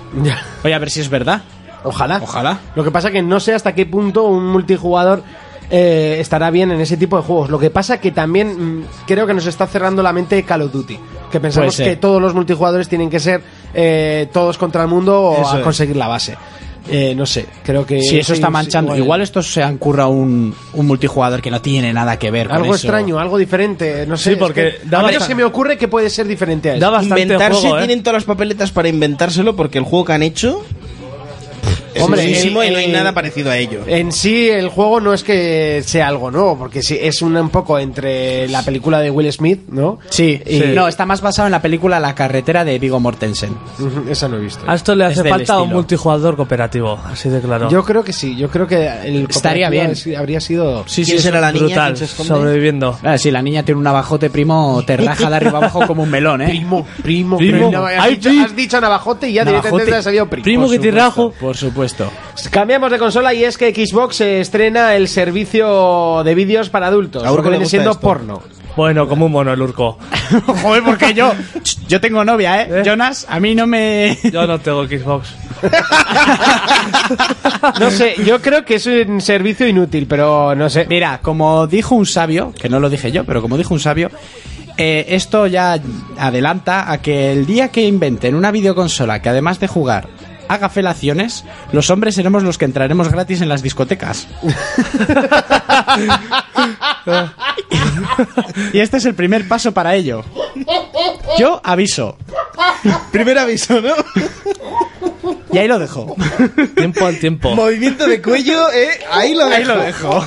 [SPEAKER 5] Oye, a ver si es verdad.
[SPEAKER 2] Ojalá.
[SPEAKER 5] Ojalá.
[SPEAKER 2] Lo que pasa que no sé hasta qué punto un multijugador eh, estará bien en ese tipo de juegos. Lo que pasa que también mm, creo que nos está cerrando la mente Call of Duty. Que pensamos
[SPEAKER 5] Puede ser.
[SPEAKER 2] que todos los multijugadores tienen que ser eh, todos contra el mundo o
[SPEAKER 4] Eso
[SPEAKER 2] a
[SPEAKER 4] es.
[SPEAKER 2] conseguir la base. Eh, no sé, creo que...
[SPEAKER 5] Si eso
[SPEAKER 2] sí,
[SPEAKER 5] está
[SPEAKER 2] sí,
[SPEAKER 5] manchando,
[SPEAKER 2] igual-
[SPEAKER 5] igual estos se han currado un, un multijugador que no tiene nada que ver con
[SPEAKER 2] Algo
[SPEAKER 5] eso.
[SPEAKER 2] extraño, algo diferente, no sé.
[SPEAKER 6] Sí,
[SPEAKER 2] es
[SPEAKER 6] porque
[SPEAKER 2] que
[SPEAKER 6] da
[SPEAKER 2] a mí no
[SPEAKER 6] bastante-
[SPEAKER 2] se me ocurre que puede ser diferente a
[SPEAKER 6] Da
[SPEAKER 2] eso.
[SPEAKER 6] bastante
[SPEAKER 4] Inventarse,
[SPEAKER 6] juego, ¿eh?
[SPEAKER 4] tienen todas las papeletas para inventárselo porque el juego que han hecho es
[SPEAKER 2] Hombre,
[SPEAKER 4] buenísimo
[SPEAKER 2] el-
[SPEAKER 4] y no hay
[SPEAKER 2] el- eh,
[SPEAKER 4] nada parecido a ello.
[SPEAKER 2] En sí, el juego no es que sea algo nuevo, porque sí, es un, un poco entre la película de Will Smith, ¿no?
[SPEAKER 5] Sí,
[SPEAKER 2] Y-
[SPEAKER 5] no, está más basado en la película La carretera de Vigo Mortensen.
[SPEAKER 2] Ujú, Esa no he visto.
[SPEAKER 6] A esto le
[SPEAKER 5] Es
[SPEAKER 6] hace
[SPEAKER 5] del
[SPEAKER 6] falta un
[SPEAKER 5] estilo.
[SPEAKER 6] multijugador cooperativo, así de claro.
[SPEAKER 2] Yo creo que sí, yo creo que el cooperativo
[SPEAKER 5] Estaría bien.
[SPEAKER 2] es- habría sido...
[SPEAKER 5] Sí,
[SPEAKER 4] ¿Quién
[SPEAKER 5] sí,
[SPEAKER 4] será la niña?
[SPEAKER 6] Brutal,
[SPEAKER 4] ¿Quién se esconde?
[SPEAKER 6] sobreviviendo.
[SPEAKER 5] Ah, sí, la niña tiene un abajote, primo, te raja de arriba abajo como un melón, ¿eh?
[SPEAKER 2] Primo, primo,
[SPEAKER 6] Primo.
[SPEAKER 2] No, has,
[SPEAKER 6] Ay,
[SPEAKER 2] dicho,
[SPEAKER 6] primo.
[SPEAKER 2] has dicho navajote y ya
[SPEAKER 5] Navajote.
[SPEAKER 2] directamente ha salido primo.
[SPEAKER 6] Primo
[SPEAKER 5] Por
[SPEAKER 6] que te
[SPEAKER 5] supuesto,
[SPEAKER 6] rajo.
[SPEAKER 5] Por supuesto.
[SPEAKER 2] Cambiamos de consola y es que Xbox eh, estrena el servicio de vídeos para adultos.
[SPEAKER 4] A
[SPEAKER 2] lo
[SPEAKER 4] Urco
[SPEAKER 2] que
[SPEAKER 4] le
[SPEAKER 2] viene
[SPEAKER 4] gusta
[SPEAKER 2] siendo
[SPEAKER 4] esto.
[SPEAKER 2] porno.
[SPEAKER 6] Bueno, como un mono el urco.
[SPEAKER 5] Joder, porque yo, yo tengo novia, ¿eh? Jonas, a mí no me...
[SPEAKER 6] Yo no tengo Xbox.
[SPEAKER 2] No sé, yo creo que es un servicio inútil, pero no sé.
[SPEAKER 5] Mira, como dijo un sabio, que no lo dije yo, pero como dijo un sabio, eh, esto ya adelanta a que el día que inventen una videoconsola que además de jugar haga felaciones, los hombres seremos los que entraremos gratis en las discotecas. y este es el primer paso para ello. Yo aviso.
[SPEAKER 4] Primer aviso, ¿no?
[SPEAKER 5] Y ahí lo dejo.
[SPEAKER 6] Tiempo al tiempo.
[SPEAKER 4] Movimiento de cuello, ¿eh? Ahí lo dejo.
[SPEAKER 5] Ahí lo dejo.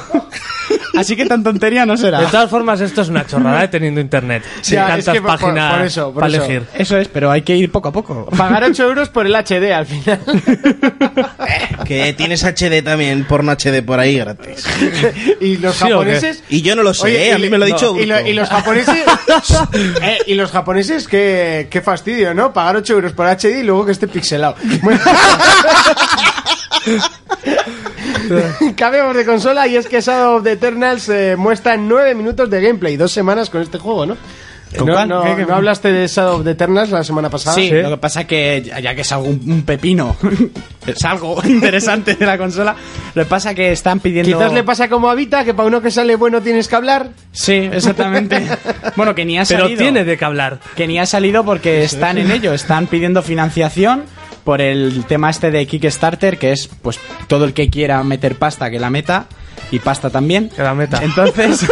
[SPEAKER 5] Así que tan tontería no
[SPEAKER 6] De
[SPEAKER 5] será.
[SPEAKER 6] todas formas, esto es una chorrada ¿eh? teniendo internet.
[SPEAKER 2] Sí,
[SPEAKER 6] Hay
[SPEAKER 2] es
[SPEAKER 6] tantas
[SPEAKER 2] que por- por-
[SPEAKER 6] páginas
[SPEAKER 2] por eso, por
[SPEAKER 6] para
[SPEAKER 2] eso.
[SPEAKER 6] elegir.
[SPEAKER 5] Eso es, pero hay que ir poco a poco.
[SPEAKER 2] Pagar 8 euros por el HD al final.
[SPEAKER 4] Que tienes HD también, porno HD por ahí gratis.
[SPEAKER 2] y los
[SPEAKER 6] ¿Sí o qué?
[SPEAKER 2] japoneses.
[SPEAKER 4] Y yo no lo sé,
[SPEAKER 2] Oye,
[SPEAKER 4] ¿eh?
[SPEAKER 2] y
[SPEAKER 4] a mí
[SPEAKER 2] le-
[SPEAKER 4] me lo ha
[SPEAKER 2] no,
[SPEAKER 4] dicho
[SPEAKER 2] y, lo-
[SPEAKER 4] Urco.
[SPEAKER 2] y los japoneses. Eh, y los japoneses, qué, qué fastidio, ¿no? Pagar 8 euros por HD y luego que esté pixelado. Bueno. Cambiamos de consola y es que Shadow of the Eternals eh, muestra 9 minutos de gameplay, dos semanas con este juego, ¿no?
[SPEAKER 5] ¿Con
[SPEAKER 2] no,
[SPEAKER 5] cuál?
[SPEAKER 2] no-
[SPEAKER 5] ¿Qué- qué-
[SPEAKER 2] no hablaste de Shadow of the Eternals la semana pasada?
[SPEAKER 5] Sí, lo que pasa que ya ya que es algo- un, un pepino, es algo interesante de la consola, lo que pasa que están pidiendo...
[SPEAKER 2] Quizás le pasa como a Vita, que para uno que sale bueno tienes que hablar.
[SPEAKER 5] Sí, exactamente. bueno, que ni ha
[SPEAKER 6] Pero
[SPEAKER 5] salido.
[SPEAKER 6] tiene de qué hablar.
[SPEAKER 5] Que ni ha salido porque están en ello, están pidiendo financiación por el tema este de Kickstarter, que es pues todo el que quiera meter pasta que la meta y pasta también.
[SPEAKER 6] Que la meta.
[SPEAKER 5] Entonces,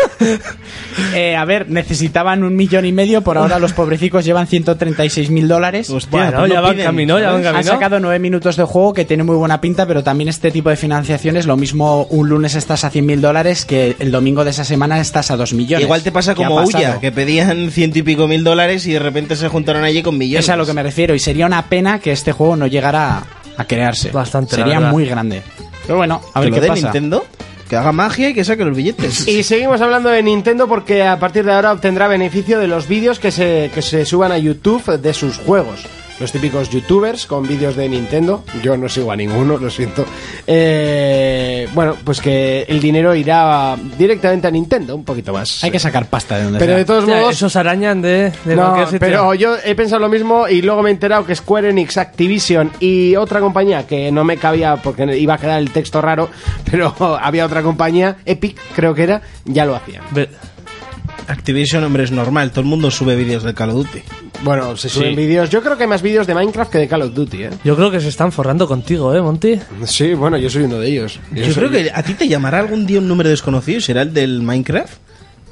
[SPEAKER 5] eh, a ver, necesitaban un millón y medio, por ahora los pobrecicos llevan 136 mil dólares.
[SPEAKER 6] Bueno,
[SPEAKER 4] pues no
[SPEAKER 6] ya van
[SPEAKER 4] piden,
[SPEAKER 6] camino, ya van
[SPEAKER 5] Han
[SPEAKER 6] camino.
[SPEAKER 5] sacado nueve minutos de juego que tiene muy buena pinta, pero también este tipo de financiaciones, lo mismo un lunes estás a 100 mil dólares que el domingo de esa semana estás a 2 millones.
[SPEAKER 4] Igual te pasa
[SPEAKER 5] ¿Qué ha
[SPEAKER 4] como
[SPEAKER 5] pasado?
[SPEAKER 4] Uya, que pedían ciento y pico mil dólares y de repente se juntaron allí con millones.
[SPEAKER 5] Es a lo que me refiero y sería una pena que este juego no llegara a crearse.
[SPEAKER 6] Bastante, la
[SPEAKER 5] Sería
[SPEAKER 6] verdad.
[SPEAKER 5] muy grande. Pero bueno, a
[SPEAKER 4] A
[SPEAKER 5] ver
[SPEAKER 4] ver,
[SPEAKER 5] qué
[SPEAKER 4] de
[SPEAKER 5] pasa.
[SPEAKER 4] Nintendo, que haga magia y que saque los billetes.
[SPEAKER 2] Y seguimos hablando de Nintendo porque a partir de ahora obtendrá beneficio de los vídeos que se, que se suban a YouTube de sus juegos. Los típicos youtubers con vídeos de Nintendo. Yo no sigo a ninguno, lo siento. Eh, bueno, pues que el dinero irá directamente a Nintendo, un poquito más.
[SPEAKER 5] Hay que sacar pasta de donde
[SPEAKER 2] pero
[SPEAKER 5] sea.
[SPEAKER 2] de todos
[SPEAKER 6] Hostia,
[SPEAKER 2] modos...
[SPEAKER 6] Esos arañan de, de
[SPEAKER 2] No,
[SPEAKER 6] cualquier sitio.
[SPEAKER 2] pero yo he pensado lo mismo y luego me he enterado que Square Enix, Activision y otra compañía que no me cabía porque iba a quedar el texto raro, pero había otra compañía, Epic creo que era, ya lo hacían.
[SPEAKER 6] Ve-
[SPEAKER 4] Activision, hombre, es normal. Todo el mundo sube vídeos de Call of Duty.
[SPEAKER 2] Bueno, se suben
[SPEAKER 6] Sí.
[SPEAKER 2] vídeos. Yo creo que hay más vídeos de Minecraft que de Call of Duty, ¿eh?
[SPEAKER 6] Yo creo que se están forrando contigo, ¿eh, Monty?
[SPEAKER 2] Sí, bueno, yo soy uno de ellos.
[SPEAKER 4] Yo creo que a ti te llamará algún día un número desconocido, será el del Minecraft,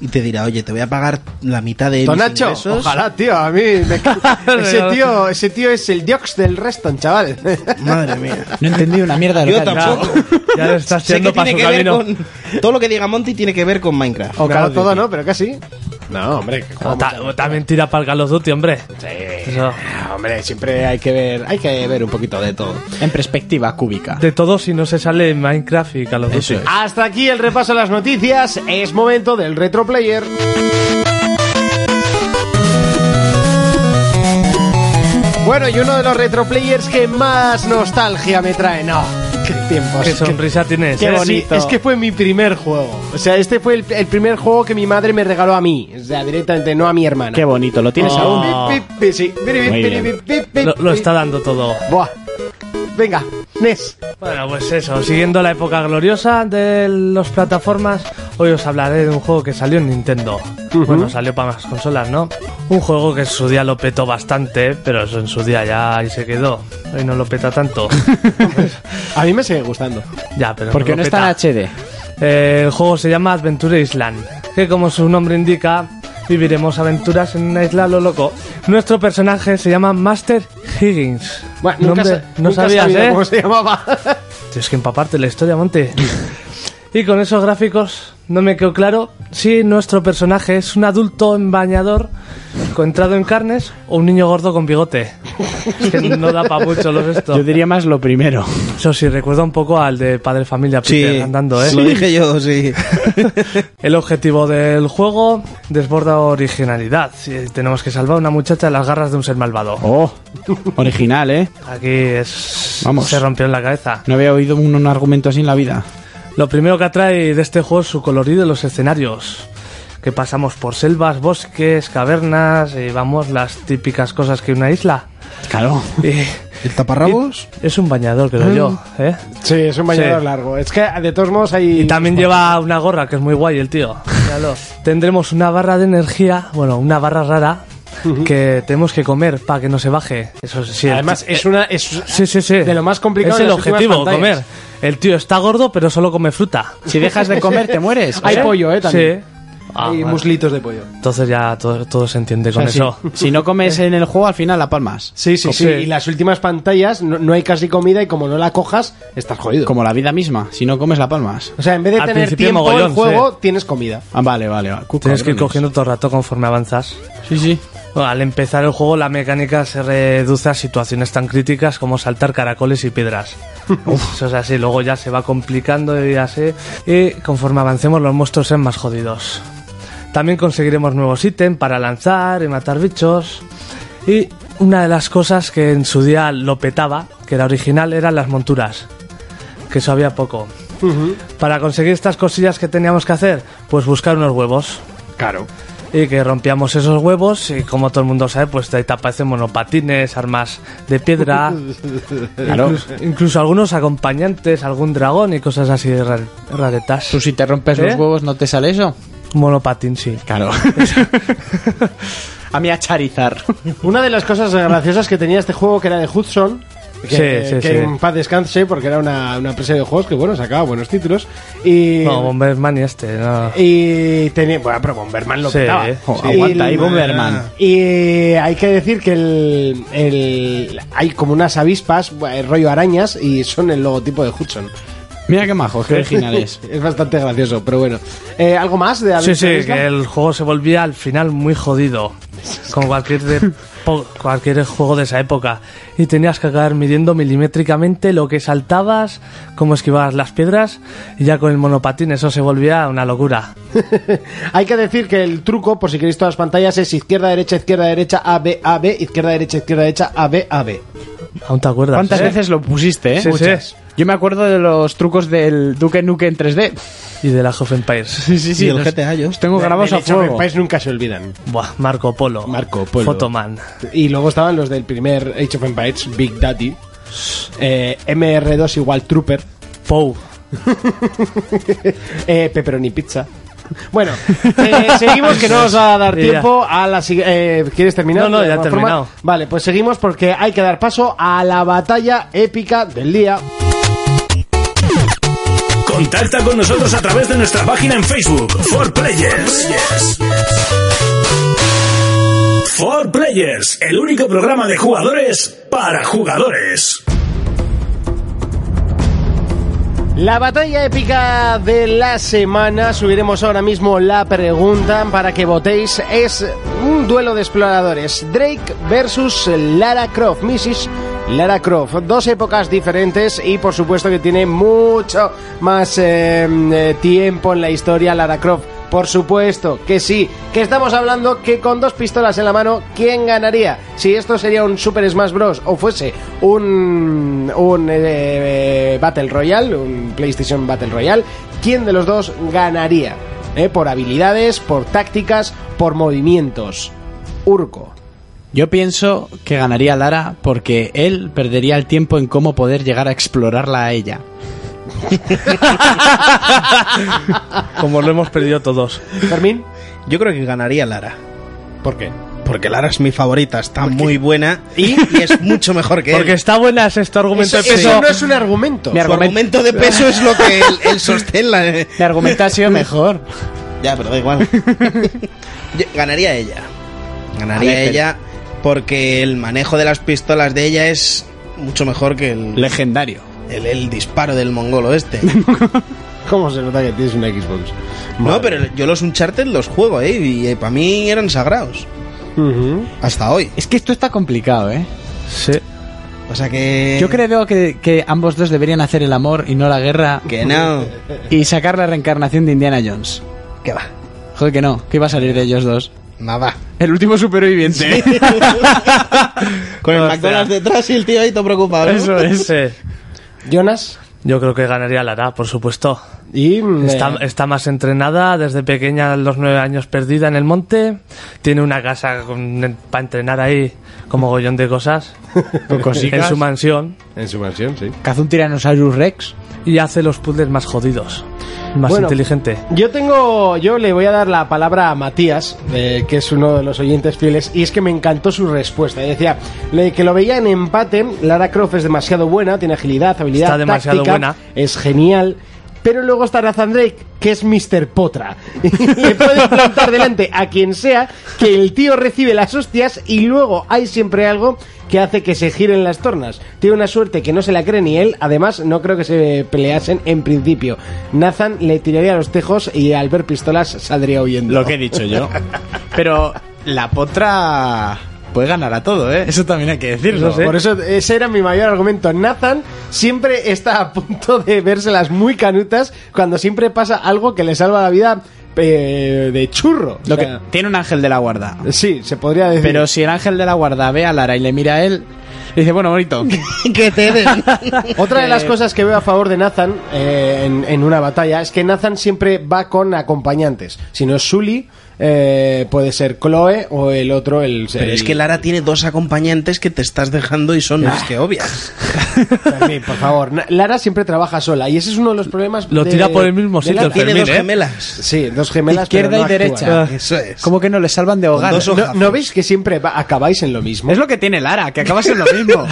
[SPEAKER 4] y te dirá, oye, te voy a pagar la mitad de mis
[SPEAKER 2] Tonacho,
[SPEAKER 4] ingresos".
[SPEAKER 2] ojalá, tío, a mí... me ca- ese, tío, ese tío es el Diox del Reston, chaval.
[SPEAKER 4] Madre mía.
[SPEAKER 5] No he entendido una mierda de lo
[SPEAKER 4] Yo
[SPEAKER 5] que ha dicho.
[SPEAKER 4] tampoco.
[SPEAKER 6] Ya le estás
[SPEAKER 4] Sé que
[SPEAKER 6] tirando para
[SPEAKER 4] tiene
[SPEAKER 6] su
[SPEAKER 4] que ver
[SPEAKER 6] camino.
[SPEAKER 4] con... Todo lo que diga Monty tiene que ver con Minecraft.
[SPEAKER 2] O claro, todo no, pero casi. Ah. No, hombre, que
[SPEAKER 6] No,
[SPEAKER 2] jugamos
[SPEAKER 6] ta- también tira para el Call of Duty, hombre. Eso.
[SPEAKER 2] Ah, Hombre,
[SPEAKER 4] Eh,
[SPEAKER 2] siempre hay que ver, hay que ver un poquito de todo.
[SPEAKER 5] En perspectiva cúbica.
[SPEAKER 6] De todo si no se sale Minecraft y Call of Duty.
[SPEAKER 5] Eso es.
[SPEAKER 2] Hasta aquí el repaso a las noticias. Es momento del retro player. Bueno, y uno de los retro players que más nostalgia me trae. No, qué tiempos.
[SPEAKER 6] Qué sonrisa tienes.
[SPEAKER 2] Qué
[SPEAKER 6] ¿eh?
[SPEAKER 2] bonito.
[SPEAKER 6] Sí,
[SPEAKER 2] es que fue mi primer juego. O sea, este fue el, el primer juego que mi madre me regaló a mí. O sea, directamente, no a mi hermana.
[SPEAKER 5] Qué bonito, lo tienes
[SPEAKER 6] Oh.
[SPEAKER 5] aún.
[SPEAKER 2] Pi, pi, pi, sí.
[SPEAKER 5] Muy bien.
[SPEAKER 2] Pi, pi, pi,
[SPEAKER 6] Lo, lo
[SPEAKER 2] pi.
[SPEAKER 6] está dando todo.
[SPEAKER 2] Buah. Venga, Nes.
[SPEAKER 6] Bueno, pues eso, siguiendo la época gloriosa de las plataformas, hoy os hablaré de un juego que salió en Nintendo. Bueno, salió para más consolas, ¿no? Un juego que en su día lo petó bastante, pero eso en su día ya ahí se quedó. hoy no lo peta tanto. Pues
[SPEAKER 2] A mí me sigue gustando.
[SPEAKER 6] ya, pero
[SPEAKER 5] Porque
[SPEAKER 6] lo
[SPEAKER 5] no está
[SPEAKER 6] peta.
[SPEAKER 5] en HD.
[SPEAKER 6] Eh, el juego se llama Adventure Island, que como su nombre indica, viviremos aventuras en una isla a lo loco. Nuestro personaje se llama Master Higgins.
[SPEAKER 2] Bueno, nunca,
[SPEAKER 6] Nombre-
[SPEAKER 2] sa-
[SPEAKER 6] no
[SPEAKER 2] nunca he
[SPEAKER 6] sabías,
[SPEAKER 2] sabido
[SPEAKER 6] ¿eh?
[SPEAKER 2] cómo se llamaba.
[SPEAKER 6] Tienes que empaparte la historia, Monte. y con esos gráficos no me quedó claro si nuestro personaje es un adulto en bañador con entrado en carnes o un niño gordo con bigote. Es que no da para mucho los esto.
[SPEAKER 5] Yo diría más lo primero.
[SPEAKER 6] Eso sí, recuerda un poco al de Padre Familia Peter
[SPEAKER 4] Sí,
[SPEAKER 6] andando, ¿eh?
[SPEAKER 4] lo dije yo, sí.
[SPEAKER 6] El objetivo del juego desborda originalidad. Sí, tenemos que salvar a una muchacha de las garras de un ser malvado.
[SPEAKER 5] Oh, original, ¿eh?
[SPEAKER 6] Aquí es...
[SPEAKER 5] Vamos.
[SPEAKER 6] se rompió en la cabeza.
[SPEAKER 5] No había oído un, un argumento así en la vida.
[SPEAKER 6] Lo primero que atrae de este juego es su colorido y los escenarios. Que pasamos por selvas, bosques, cavernas y vamos las típicas cosas que una isla.
[SPEAKER 5] Claro.
[SPEAKER 6] Y
[SPEAKER 9] ¿El taparrabos?
[SPEAKER 6] es un bañador, creo yo. ¿eh?
[SPEAKER 2] Sí, es un bañador
[SPEAKER 6] Sí.
[SPEAKER 2] largo. Es que de todos modos hay.
[SPEAKER 6] Y también lleva una gorra, que es muy guay el tío. Míralo. Tendremos una barra de energía, bueno, una barra rara, que tenemos que comer para que no se baje. Eso sí. el
[SPEAKER 2] Además,
[SPEAKER 6] tío-
[SPEAKER 2] es una. Es...
[SPEAKER 6] Sí, sí, sí.
[SPEAKER 2] de lo más complicado
[SPEAKER 6] Es
[SPEAKER 2] de
[SPEAKER 6] el
[SPEAKER 2] las últimas
[SPEAKER 6] objetivo,
[SPEAKER 2] pantallas.
[SPEAKER 6] comer. El tío está gordo, pero solo come fruta.
[SPEAKER 5] Si dejas de comer, te mueres.
[SPEAKER 2] Hay pollo, ¿eh? También.
[SPEAKER 6] Sí. Ah,
[SPEAKER 2] Hay
[SPEAKER 6] vale.
[SPEAKER 2] muslitos de pollo.
[SPEAKER 6] Entonces ya todo, todo se entiende con
[SPEAKER 5] O sea, si-
[SPEAKER 6] eso.
[SPEAKER 5] Si, no comes en el juego, al final la palmas.
[SPEAKER 2] Sí, sí,
[SPEAKER 6] Co-
[SPEAKER 2] sí.
[SPEAKER 6] sí.
[SPEAKER 2] Y las últimas pantallas no, no hay casi comida y como no la cojas, estás jodido.
[SPEAKER 5] Como la vida misma. Si no comes, la palmas.
[SPEAKER 2] O sea, en vez de
[SPEAKER 6] Al
[SPEAKER 2] tener
[SPEAKER 6] principio
[SPEAKER 2] tiempo
[SPEAKER 6] mogollón,
[SPEAKER 2] el juego, tienes comida.
[SPEAKER 5] Ah, vale, vale. vale. Cu-
[SPEAKER 6] Tienes que ir
[SPEAKER 5] cabrones.
[SPEAKER 6] cogiendo todo el rato conforme avanzas.
[SPEAKER 5] Sí, sí.
[SPEAKER 6] Bueno, al empezar el juego, la mecánica se reduce a situaciones tan críticas como saltar caracoles y piedras. Eso es así, luego ya se va complicando y así. Y conforme avancemos, los monstruos sean más jodidos. También conseguiremos nuevos ítems para lanzar y matar bichos. Y una de las cosas que en su día lo petaba, que era original, eran las monturas. Que eso había poco. Para conseguir estas cosillas que teníamos que hacer, pues buscar unos huevos.
[SPEAKER 2] Claro.
[SPEAKER 6] Y que rompíamos esos huevos y como todo el mundo sabe, pues te aparecen monopatines, armas de piedra, incluso, incluso algunos acompañantes, algún dragón y cosas así de rar- raretas.
[SPEAKER 5] Tú si te rompes los
[SPEAKER 6] ¿Eh?
[SPEAKER 5] huevos, ¿no te sale eso?
[SPEAKER 6] Monopatín, sí.
[SPEAKER 5] Claro. a mí a charizar.
[SPEAKER 2] Una de las cosas graciosas que tenía este juego que era de Hudson. Que,
[SPEAKER 6] Sí, sí,
[SPEAKER 2] que
[SPEAKER 6] sí.
[SPEAKER 2] en paz descanse, porque era una, una empresa de juegos que, bueno, sacaba buenos títulos. Y.
[SPEAKER 6] No, Bomberman y este, no.
[SPEAKER 2] y tenía. Bueno, pero Bomberman lo
[SPEAKER 6] Sí,
[SPEAKER 2] petaba.
[SPEAKER 6] eh.
[SPEAKER 5] Jo,
[SPEAKER 2] Sí.
[SPEAKER 5] aguanta
[SPEAKER 2] Y-
[SPEAKER 5] ahí, Bomberman.
[SPEAKER 2] Y hay que decir que el, el- hay como unas avispas, eh, rollo arañas, y son el logotipo de Hudson.
[SPEAKER 5] Mira qué majos, qué originales.
[SPEAKER 2] Es bastante gracioso, pero bueno. Eh, ¿Algo más de
[SPEAKER 6] Sí,
[SPEAKER 2] Adventure
[SPEAKER 6] sí,
[SPEAKER 2] Island?
[SPEAKER 6] que el juego se volvía al final muy jodido. Como cualquier, de- po- cualquier juego de esa época. Y tenías que acabar midiendo milimétricamente lo que saltabas, cómo esquivabas las piedras. Y ya con el monopatín eso se volvía una locura.
[SPEAKER 2] Hay que decir que el truco, por si queréis todas las pantallas, es izquierda, derecha, izquierda, derecha, A, B, A, B, izquierda, derecha, izquierda, derecha, A, B, A, B.
[SPEAKER 6] ¿Aún te acuerdas?
[SPEAKER 5] ¿Cuántas
[SPEAKER 6] eh?
[SPEAKER 5] veces lo pusiste, eh?
[SPEAKER 6] Sí, sí.
[SPEAKER 5] Muchas. Yo me acuerdo de los trucos del Duke Nuke en 3D.
[SPEAKER 6] Y de la Half Empires.
[SPEAKER 5] Sí, sí, sí.
[SPEAKER 4] y el
[SPEAKER 5] los-
[SPEAKER 4] GTA yo.
[SPEAKER 5] los tengo grabados
[SPEAKER 2] De
[SPEAKER 5] a
[SPEAKER 2] hecho,
[SPEAKER 5] fuego.
[SPEAKER 2] en país nunca se olvidan.
[SPEAKER 6] Buah, Marco Polo.
[SPEAKER 2] Marco Polo.
[SPEAKER 6] Photoman.
[SPEAKER 2] Y luego estaban los del primer Age of Empires, Big Daddy. eh, MR2 igual Trooper.
[SPEAKER 6] Pou.
[SPEAKER 2] eh, Pepperoni Pizza. Bueno, eh, seguimos que no nos va a dar
[SPEAKER 6] Y ya.
[SPEAKER 2] tiempo a la sigui- eh, ¿Quieres terminar?
[SPEAKER 6] No, no,
[SPEAKER 2] de
[SPEAKER 6] ya he
[SPEAKER 2] alguna forma?
[SPEAKER 6] terminado.
[SPEAKER 2] Vale, pues seguimos porque hay que dar paso a la batalla épica del día.
[SPEAKER 1] Contacta con nosotros a través de nuestra página en Facebook, For Players. For Players, el único programa de jugadores para jugadores.
[SPEAKER 2] La batalla épica de la semana, subiremos ahora mismo la pregunta para que votéis, es un duelo de exploradores, Drake versus Lara Croft, Mrs. Lara Croft, dos épocas diferentes y por supuesto que tiene mucho más eh, eh, tiempo en la historia Lara Croft. Por supuesto que sí, que estamos hablando que con dos pistolas en la mano, ¿quién ganaría? Si esto sería un Super Smash Bros. o fuese un, un eh, Battle Royale, un PlayStation Battle Royale, ¿quién de los dos ganaría? ¿Eh? Por habilidades, por tácticas, por movimientos. Urco.
[SPEAKER 5] Yo pienso que ganaría Lara porque él perdería el tiempo en cómo poder llegar a explorarla a ella.
[SPEAKER 6] Como lo hemos perdido todos.
[SPEAKER 2] Fermín,
[SPEAKER 4] Yo creo que ganaría Lara.
[SPEAKER 2] ¿por qué?
[SPEAKER 4] Porque Lara es mi favorita, está muy buena y, y es mucho mejor que él.
[SPEAKER 6] Porque está buena es este argumento
[SPEAKER 2] Eso,
[SPEAKER 6] de peso.
[SPEAKER 2] eso no es un argumento.
[SPEAKER 4] Su argumento de peso es lo que él, él sostén. La...
[SPEAKER 5] Mi argumento ha sido mejor.
[SPEAKER 4] Ya, pero da igual. Yo- ganaría ella. Ganaría
[SPEAKER 5] A ver,
[SPEAKER 4] ella porque el manejo de las pistolas de ella es mucho mejor que el,
[SPEAKER 10] Legendario.
[SPEAKER 4] el- el disparo del mongolo este.
[SPEAKER 2] ¿Cómo se nota que tienes una Xbox?
[SPEAKER 4] No, pero yo los Uncharted los juego, ¿eh? Y para mí eran sagrados.
[SPEAKER 2] Ujú.
[SPEAKER 4] Hasta hoy.
[SPEAKER 5] Es que esto está complicado, ¿eh?
[SPEAKER 6] Sí.
[SPEAKER 4] O sea que...
[SPEAKER 5] Yo creo que, que ambos dos deberían hacer el amor y no la guerra
[SPEAKER 4] Que no.
[SPEAKER 5] y sacar la reencarnación de Indiana Jones.
[SPEAKER 4] Que va.
[SPEAKER 5] Joder, que no, que iba a salir de ellos dos.
[SPEAKER 4] Nada.
[SPEAKER 5] El último superviviente.
[SPEAKER 4] Con el
[SPEAKER 6] Hostia.
[SPEAKER 4] McDonald's detrás y el tío ahí todo preocupado. ¿no?
[SPEAKER 6] Eso es. Sí.
[SPEAKER 2] Jonas
[SPEAKER 6] Yo creo que ganaría Lara, por supuesto.
[SPEAKER 2] y mm,
[SPEAKER 6] Está,
[SPEAKER 2] eh,
[SPEAKER 6] está más entrenada, desde pequeña, a los nueve años perdida en el monte. Tiene una casa para entrenar ahí como gollón de cosas
[SPEAKER 5] Con
[SPEAKER 6] en
[SPEAKER 5] cositas.
[SPEAKER 6] su mansión
[SPEAKER 2] en su mansión, sí.
[SPEAKER 5] Cazó un Tyrannosaurus Rex.
[SPEAKER 6] y hace los puzzles más jodidos, más
[SPEAKER 2] Bueno.
[SPEAKER 6] inteligente.
[SPEAKER 2] Yo tengo, yo le voy a dar la palabra a Matías, eh, que es uno de los oyentes fieles, y es que me encantó su respuesta. Y decía le- que lo veía en empate. Lara Croft es demasiado buena, tiene agilidad, habilidad,
[SPEAKER 6] Está demasiado
[SPEAKER 2] táctica,
[SPEAKER 6] buena.
[SPEAKER 2] es genial. Pero luego está Nathan Drake, que es Mr. Potra. y puedes plantar delante a quien sea, que el tío recibe las hostias y luego hay siempre algo que hace que se giren las tornas. Tiene una suerte que no se la cree ni él, además no creo que se peleasen en principio. Nathan le tiraría los tejos y al ver pistolas saldría huyendo.
[SPEAKER 10] Lo que he dicho yo.
[SPEAKER 5] Pero la potra puede ganar a todo, ¿eh? Eso también hay que decirlo.
[SPEAKER 2] Por eso ese era mi mayor argumento. Nathan siempre está a punto de vérselas muy canutas cuando siempre pasa algo que le salva la vida eh, de churro.
[SPEAKER 5] Lo
[SPEAKER 2] O
[SPEAKER 5] que,
[SPEAKER 2] sea,
[SPEAKER 5] tiene un ángel de la guarda.
[SPEAKER 2] Sí, se podría decir.
[SPEAKER 5] Pero si el ángel de la guarda ve a Lara y le mira a él, le dice, bueno, bonito.
[SPEAKER 4] que te den.
[SPEAKER 2] Otra de las cosas que veo a favor de Nathan eh, en, en una batalla es que Nathan siempre va con acompañantes. Si no es Sully, eh, puede ser Chloe o el otro, el.
[SPEAKER 4] Pero
[SPEAKER 2] el-
[SPEAKER 4] es que Lara tiene dos acompañantes que te estás dejando y son más
[SPEAKER 6] Ah.
[SPEAKER 4] que obvias.
[SPEAKER 2] Fermín, por favor. Na- Lara siempre trabaja sola y ese es uno de los problemas.
[SPEAKER 6] Lo
[SPEAKER 2] de-
[SPEAKER 6] tira por el mismo
[SPEAKER 2] de
[SPEAKER 6] sitio,
[SPEAKER 2] Lara.
[SPEAKER 4] Tiene
[SPEAKER 6] Fermín,
[SPEAKER 4] dos
[SPEAKER 6] ¿eh?
[SPEAKER 4] gemelas.
[SPEAKER 2] Sí, dos gemelas.
[SPEAKER 5] Izquierda
[SPEAKER 2] pero no
[SPEAKER 5] y derecha.
[SPEAKER 2] actúa.
[SPEAKER 4] Eso es.
[SPEAKER 5] Como que no le salvan de hogar.
[SPEAKER 4] Con dos
[SPEAKER 2] ¿No, no veis que siempre va- acabáis en lo mismo?
[SPEAKER 5] Es lo que tiene Lara, que acabas en lo mismo.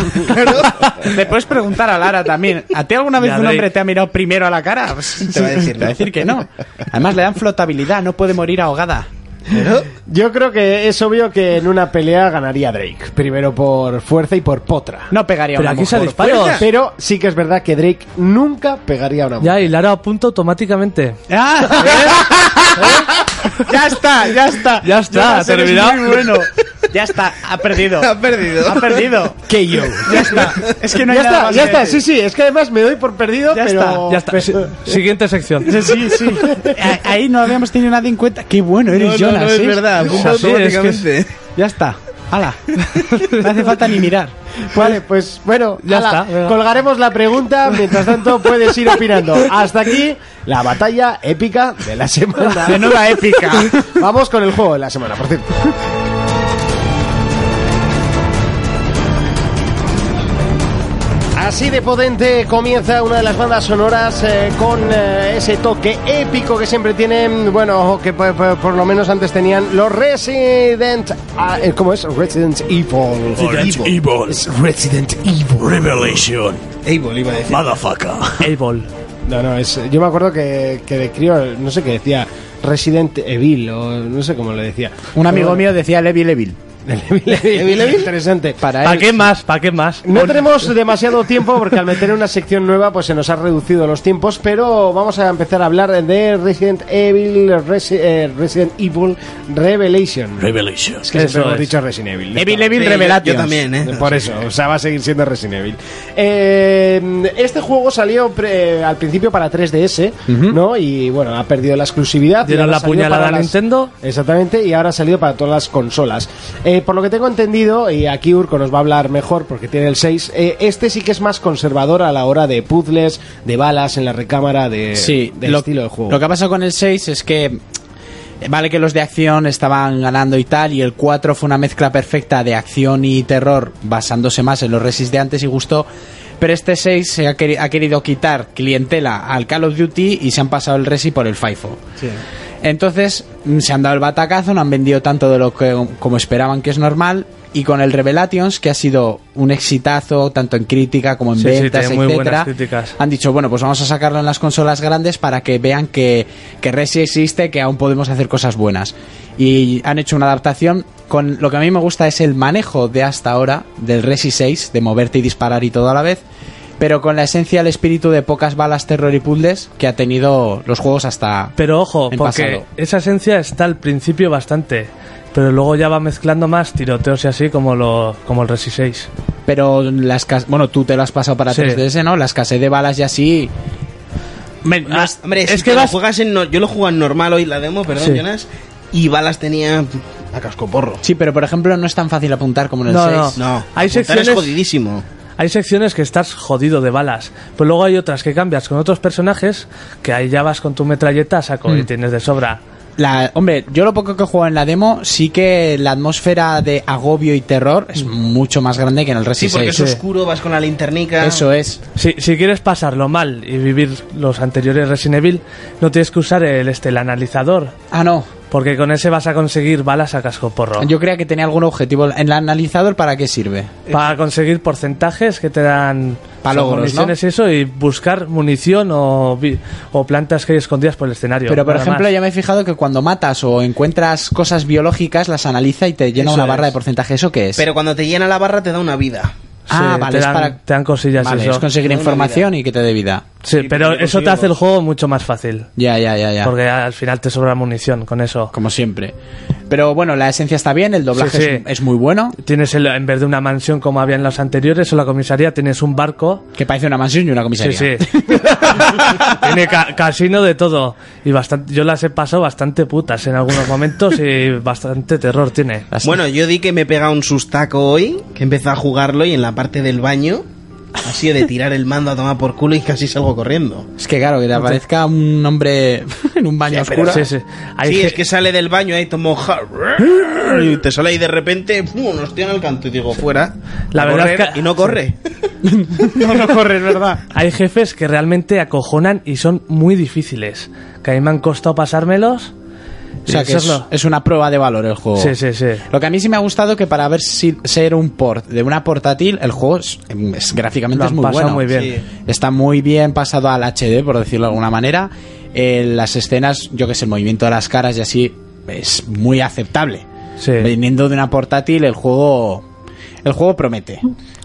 [SPEAKER 5] Le puedes preguntar a Lara también. ¿A ti alguna vez
[SPEAKER 6] Ya,
[SPEAKER 5] un
[SPEAKER 6] Drake.
[SPEAKER 5] hombre te ha mirado primero a la cara? Pues,
[SPEAKER 4] Te va a decir no.
[SPEAKER 5] que no. Además, le dan flotabilidad, no puede morir ahogada.
[SPEAKER 2] Yo creo que es obvio que en una pelea ganaría Drake. Primero por fuerza y por potra.
[SPEAKER 5] No pegaría a
[SPEAKER 6] Pero
[SPEAKER 5] una
[SPEAKER 6] aquí se
[SPEAKER 5] mujer.
[SPEAKER 6] disparos.
[SPEAKER 2] Pero sí que es verdad que Drake nunca pegaría a una mujer.
[SPEAKER 6] Ya, y Lara apunta automáticamente.
[SPEAKER 5] ¡Ah! ya está, ya está.
[SPEAKER 6] Ya está,
[SPEAKER 5] Jonas, eres
[SPEAKER 6] terminado.
[SPEAKER 5] muy bueno. Ya está, ha perdido.
[SPEAKER 4] Ha perdido.
[SPEAKER 5] Ha perdido.
[SPEAKER 2] Que yo.
[SPEAKER 5] Ya está. Es que no hay
[SPEAKER 2] ya
[SPEAKER 5] nada
[SPEAKER 2] está,
[SPEAKER 5] más
[SPEAKER 2] ya
[SPEAKER 5] que
[SPEAKER 2] está,
[SPEAKER 5] decir.
[SPEAKER 2] sí, sí, es que además me doy por perdido,
[SPEAKER 5] Ya
[SPEAKER 2] pero...
[SPEAKER 5] está,
[SPEAKER 6] Ya está. Si- Siguiente sección.
[SPEAKER 5] Sí, sí. A- Ahí no habíamos tenido nada en cuenta. Qué bueno
[SPEAKER 4] No,
[SPEAKER 5] eres,
[SPEAKER 4] no,
[SPEAKER 5] Jonas.
[SPEAKER 4] no, es
[SPEAKER 5] ¿eh?
[SPEAKER 4] verdad. apunta
[SPEAKER 6] Sí, es que es-
[SPEAKER 4] automáticamente.
[SPEAKER 5] Ya está. Hala. No hace falta ni mirar.
[SPEAKER 2] Vale, pues bueno,
[SPEAKER 6] Ya
[SPEAKER 2] ala,
[SPEAKER 6] está, venga.
[SPEAKER 2] colgaremos la pregunta, mientras tanto puedes ir opinando. Hasta aquí la batalla épica de la semana.
[SPEAKER 5] Menuda épica.
[SPEAKER 2] Vamos con el juego de la semana, por cierto. Así de potente comienza una de las bandas sonoras eh, con eh, ese toque épico que siempre tienen, bueno, o que por, por- por lo menos antes tenían los Resident, ah, eh, ¿cómo es? Resident Evil.
[SPEAKER 1] Orange Evil. Resident Evil. Revelation.
[SPEAKER 4] Evil iba a decir.
[SPEAKER 1] Motherfucker.
[SPEAKER 6] Able.
[SPEAKER 2] No, no, es, yo me acuerdo que, que de crío, no sé qué decía, Resident Evil, o no sé cómo le decía.
[SPEAKER 5] Un amigo
[SPEAKER 2] Pero
[SPEAKER 5] mío decía Levi Levil.
[SPEAKER 2] bueno, Evil, Evil, Interesante. Para
[SPEAKER 6] ¿Para qué más? ¿Para qué más?
[SPEAKER 2] No tenemos demasiado tiempo porque al meter una sección nueva pues se nos ha reducido los tiempos, pero vamos a empezar a hablar de Resident Evil, Resi- eh, Resident Evil Revelation.
[SPEAKER 1] Revelation.
[SPEAKER 2] es que siempre
[SPEAKER 6] Eso
[SPEAKER 2] hemos
[SPEAKER 6] es.
[SPEAKER 2] dicho Resident Evil.
[SPEAKER 5] Evil
[SPEAKER 2] Está.
[SPEAKER 5] Evil
[SPEAKER 4] Sí, yo-
[SPEAKER 5] Revelations.
[SPEAKER 4] Yo también, ¿eh?
[SPEAKER 2] Por eso, o sea, va a seguir siendo Resident Evil. Eh, este juego salió pre- eh, al principio para 3DS, ¿no? Y bueno, ha perdido la exclusividad.
[SPEAKER 6] Dieron
[SPEAKER 2] y ahora
[SPEAKER 6] la
[SPEAKER 2] salió
[SPEAKER 6] puñalada
[SPEAKER 2] para
[SPEAKER 6] a Nintendo.
[SPEAKER 2] Exactamente, y ahora ha salido para todas las consolas. Eh, por lo que tengo entendido, y aquí Urco nos va a hablar mejor porque tiene el 6, eh, este sí que es más conservador a la hora de puzzles, de balas en la recámara, de,
[SPEAKER 5] Sí,
[SPEAKER 2] del estilo de juego.
[SPEAKER 5] Lo que ha pasado con el 6 es que. eh, Vale que los de acción estaban ganando y tal, y el 4 fue una mezcla perfecta de acción y terror, basándose más en los Resist de antes y gustó. Pero este 6 se ha, queri- ha querido quitar clientela al Call of Duty y se han pasado el Resi por el FIFO. Entonces mm, se han dado el batacazo, no han vendido tanto de lo que como esperaban, que es normal. Y con el Revelations, que ha sido un exitazo, tanto en crítica como en
[SPEAKER 6] Sí, sí,
[SPEAKER 5] ventas,
[SPEAKER 6] tiene muy buenas
[SPEAKER 5] etcétera,
[SPEAKER 6] críticas.
[SPEAKER 5] han dicho, bueno, pues vamos a sacarlo en las consolas grandes para que vean que, que Resi existe, que aún podemos hacer cosas buenas. Y han hecho una adaptación con lo que a mí me gusta es el manejo de hasta ahora del Resi 6, de moverte y disparar y todo a la vez, pero con la esencia, el espíritu de pocas balas, terror y puzzles que ha tenido los juegos hasta...
[SPEAKER 6] Pero ojo,
[SPEAKER 5] en
[SPEAKER 6] porque
[SPEAKER 5] pasado.
[SPEAKER 6] esa esencia está al principio bastante. Pero luego ya va mezclando más tiroteos y así como, lo, como el Resi 6.
[SPEAKER 5] Pero la escas- bueno, tú te lo has pasado para
[SPEAKER 6] Sí.
[SPEAKER 5] 3DS, ¿no? La escasez de balas y así...
[SPEAKER 6] Ah,
[SPEAKER 4] Hombre,
[SPEAKER 6] es
[SPEAKER 4] es
[SPEAKER 6] que
[SPEAKER 4] que
[SPEAKER 6] vas-
[SPEAKER 4] juegas en no- yo lo juego en normal hoy la demo, perdón,
[SPEAKER 6] Sí.
[SPEAKER 4] Jonas, y balas tenía a cascoporro.
[SPEAKER 5] Sí, pero por ejemplo no es tan fácil apuntar como en el
[SPEAKER 6] No,
[SPEAKER 5] 6.
[SPEAKER 6] no.
[SPEAKER 4] No,
[SPEAKER 6] Hay
[SPEAKER 4] apuntar
[SPEAKER 6] secciones-
[SPEAKER 4] es jodidísimo.
[SPEAKER 6] Hay secciones que estás jodido de balas, pero luego hay otras que cambias con otros personajes que ahí ya vas con tu metralleta a saco
[SPEAKER 5] Mm.
[SPEAKER 6] y tienes de sobra.
[SPEAKER 5] La, hombre, yo lo poco que juego en la demo, sí que la atmósfera de agobio y terror es
[SPEAKER 6] Mm.
[SPEAKER 5] mucho más grande que en el
[SPEAKER 4] Sí,
[SPEAKER 5] Resi
[SPEAKER 4] porque
[SPEAKER 5] 6.
[SPEAKER 4] es oscuro, vas con la linternica.
[SPEAKER 5] Eso es.
[SPEAKER 6] Si, si quieres pasarlo mal y vivir los anteriores Resident Evil, no tienes que usar el, este, el analizador,
[SPEAKER 5] Ah, no.
[SPEAKER 6] porque con ese vas a conseguir balas a casco porro.
[SPEAKER 5] Yo creía que tenía algún objetivo. ¿En el analizador para qué sirve?
[SPEAKER 6] Para conseguir porcentajes que te dan
[SPEAKER 5] Eh, Pa' logros,
[SPEAKER 6] municiones y eso, y buscar munición o, vi- o plantas que hay escondidas por el escenario.
[SPEAKER 5] Pero por
[SPEAKER 6] nada
[SPEAKER 5] ejemplo,
[SPEAKER 6] más.
[SPEAKER 5] ya me he fijado que cuando matas o encuentras cosas biológicas, las analiza y te llena
[SPEAKER 4] Eso
[SPEAKER 5] una barra de
[SPEAKER 4] es.
[SPEAKER 5] porcentaje. ¿eso qué es?
[SPEAKER 4] Pero cuando te llena la barra te da una vida.
[SPEAKER 5] ah,
[SPEAKER 6] Sí,
[SPEAKER 5] vale,
[SPEAKER 6] te
[SPEAKER 5] es
[SPEAKER 6] dan,
[SPEAKER 5] para
[SPEAKER 6] te dan cosillas
[SPEAKER 5] Vale,
[SPEAKER 6] eso.
[SPEAKER 5] es conseguir
[SPEAKER 4] Te da una
[SPEAKER 5] información y que te dé vida.
[SPEAKER 6] Sí,
[SPEAKER 4] y
[SPEAKER 6] pero
[SPEAKER 4] conseguirlo.
[SPEAKER 6] eso te hace el juego mucho más fácil.
[SPEAKER 5] Ya, ya, ya, ya.
[SPEAKER 6] Porque al final te sobra munición con eso.
[SPEAKER 5] Como siempre. Pero bueno, la esencia está bien, el doblaje
[SPEAKER 6] Sí, sí.
[SPEAKER 5] es- es muy bueno.
[SPEAKER 6] Tienes el- en vez de una mansión como había en los anteriores o la comisaría, tienes un barco.
[SPEAKER 5] Que parece una mansión y una
[SPEAKER 6] Sí,
[SPEAKER 5] comisaría.
[SPEAKER 6] sí. Tiene ca- casino de todo. Y bastante, yo las he pasado bastante putas en algunos momentos y bastante terror tiene.
[SPEAKER 5] Las-
[SPEAKER 4] Bueno, yo di que me pega un sustaco hoy, que empecé a jugarlo y en la parte del baño ha sido de tirar el mando a tomar por culo y casi salgo corriendo.
[SPEAKER 5] Es que claro, que te aparezca un hombre en un baño oscuro.
[SPEAKER 6] Sí, sí. Hay
[SPEAKER 4] sí,
[SPEAKER 6] ge-
[SPEAKER 4] es que sale del baño ahí tomo ja- y te sale ahí de repente, ¡pum! nos tiran al canto y digo, fuera.
[SPEAKER 6] La
[SPEAKER 4] A
[SPEAKER 6] verdad
[SPEAKER 4] correr,
[SPEAKER 6] es que-
[SPEAKER 4] y no corre.
[SPEAKER 5] No, no corres, ¿verdad?
[SPEAKER 6] Hay jefes que realmente acojonan y son muy difíciles. Que a mí me han costado pasármelos.
[SPEAKER 5] O sea
[SPEAKER 6] Y
[SPEAKER 5] que
[SPEAKER 6] eso es
[SPEAKER 5] es,
[SPEAKER 6] lo-
[SPEAKER 5] es una prueba de valor el juego.
[SPEAKER 6] Sí, sí, sí.
[SPEAKER 5] Lo que a mí sí me ha gustado que para ver si ser un port de una portátil, el juego es, es- gráficamente
[SPEAKER 6] Lo
[SPEAKER 5] es
[SPEAKER 6] han
[SPEAKER 5] muy bueno.
[SPEAKER 6] pasado muy bien.
[SPEAKER 4] Sí.
[SPEAKER 5] Está muy bien pasado al HD, por decirlo de alguna manera. Eh, las escenas, yo que sé, el movimiento de las caras y así es muy aceptable.
[SPEAKER 6] Sí.
[SPEAKER 5] Viniendo de una portátil, el juego el juego promete.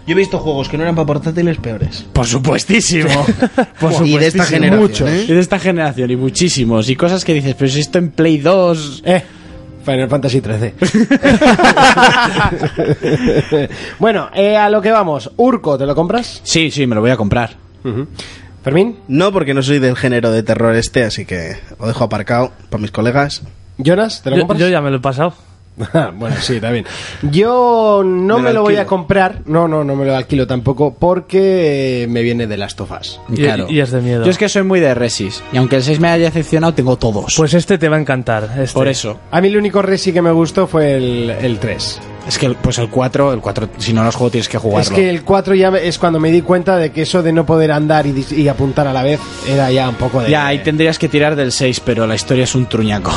[SPEAKER 4] Yo he visto juegos que no eran para portátiles peores.
[SPEAKER 5] Por supuestísimo. Por
[SPEAKER 4] Y de
[SPEAKER 5] supuestísimo.
[SPEAKER 4] esta generación,
[SPEAKER 5] Muchos.
[SPEAKER 4] ¿eh?
[SPEAKER 5] Y de esta generación, y muchísimos. Y cosas que dices, pero si esto en Play 2.
[SPEAKER 11] Eh, Final Fantasy 13.
[SPEAKER 2] Bueno, eh, a lo que vamos. Urco, ¿te lo compras?
[SPEAKER 5] Sí, sí, me lo voy a comprar.
[SPEAKER 2] Fermín,
[SPEAKER 4] No, porque no soy del género de terror este, así que lo dejo aparcado para mis colegas.
[SPEAKER 2] Jonas, ¿te lo
[SPEAKER 6] Yo,
[SPEAKER 2] compras?
[SPEAKER 6] yo ya me lo he pasado.
[SPEAKER 2] Ah, bueno, sí, también. Yo no me,
[SPEAKER 4] Me lo
[SPEAKER 2] lo voy a
[SPEAKER 4] alquilo.
[SPEAKER 2] comprar. No, no, no me lo alquilo tampoco porque eh, me viene de las tofas.
[SPEAKER 6] Y- y es de miedo.
[SPEAKER 5] Yo es que soy muy de Resis. Y aunque el 6 me haya decepcionado, tengo todos.
[SPEAKER 6] Pues este te va a encantar. este.
[SPEAKER 5] por eso.
[SPEAKER 2] A mí el único Resi que me gustó fue el, el 3.
[SPEAKER 5] Es que el- pues el 4, el 4, si no los juego tienes que jugarlo.
[SPEAKER 2] Es que el 4 ya me- es cuando me di cuenta de que eso de no poder andar y, dis- y apuntar a la vez era ya un poco de...
[SPEAKER 5] Ya, ahí tendrías que tirar del 6, pero la historia es un truñaco.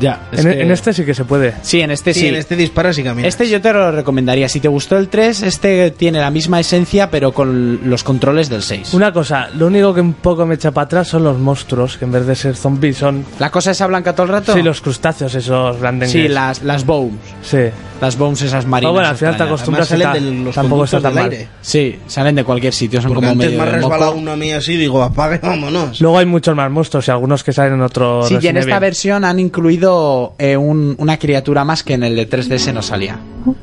[SPEAKER 2] Ya, es
[SPEAKER 6] En,
[SPEAKER 2] que-
[SPEAKER 6] en este sí que se puede.
[SPEAKER 5] Sí, en este
[SPEAKER 4] Sí, en este disparas y caminas.
[SPEAKER 5] Este yo te lo recomendaría. Si te gustó el 3, este tiene la misma esencia, pero con los controles del 6.
[SPEAKER 6] Una cosa, lo único que un poco me echa para atrás son los monstruos, que en vez de ser zombies son
[SPEAKER 5] ¿La cosa esa blanca todo el rato?
[SPEAKER 6] sí, los crustáceos esos grandes.
[SPEAKER 5] Sí, las, las bones.
[SPEAKER 6] Sí.
[SPEAKER 5] Las bones esas marinas.
[SPEAKER 6] Ah, bueno, al final te
[SPEAKER 5] extrañas.
[SPEAKER 6] acostumbras
[SPEAKER 4] salen
[SPEAKER 6] y ta-
[SPEAKER 4] de los
[SPEAKER 6] tampoco está
[SPEAKER 4] conductos
[SPEAKER 6] tan
[SPEAKER 4] del
[SPEAKER 6] mal.
[SPEAKER 4] aire.
[SPEAKER 5] Sí, salen de cualquier sitio, son
[SPEAKER 4] Porque
[SPEAKER 5] como
[SPEAKER 4] antes
[SPEAKER 5] medio
[SPEAKER 4] me ha
[SPEAKER 5] de moco.
[SPEAKER 4] resbalado uno a mí así, digo, apague, vámonos.
[SPEAKER 6] Luego hay muchos más monstruos y algunos que salen en otro
[SPEAKER 5] Sí, y en
[SPEAKER 6] Resident
[SPEAKER 5] esta
[SPEAKER 6] Evil.
[SPEAKER 5] versión han incluido eh, un- una criatura más que en el de 3DS no salía.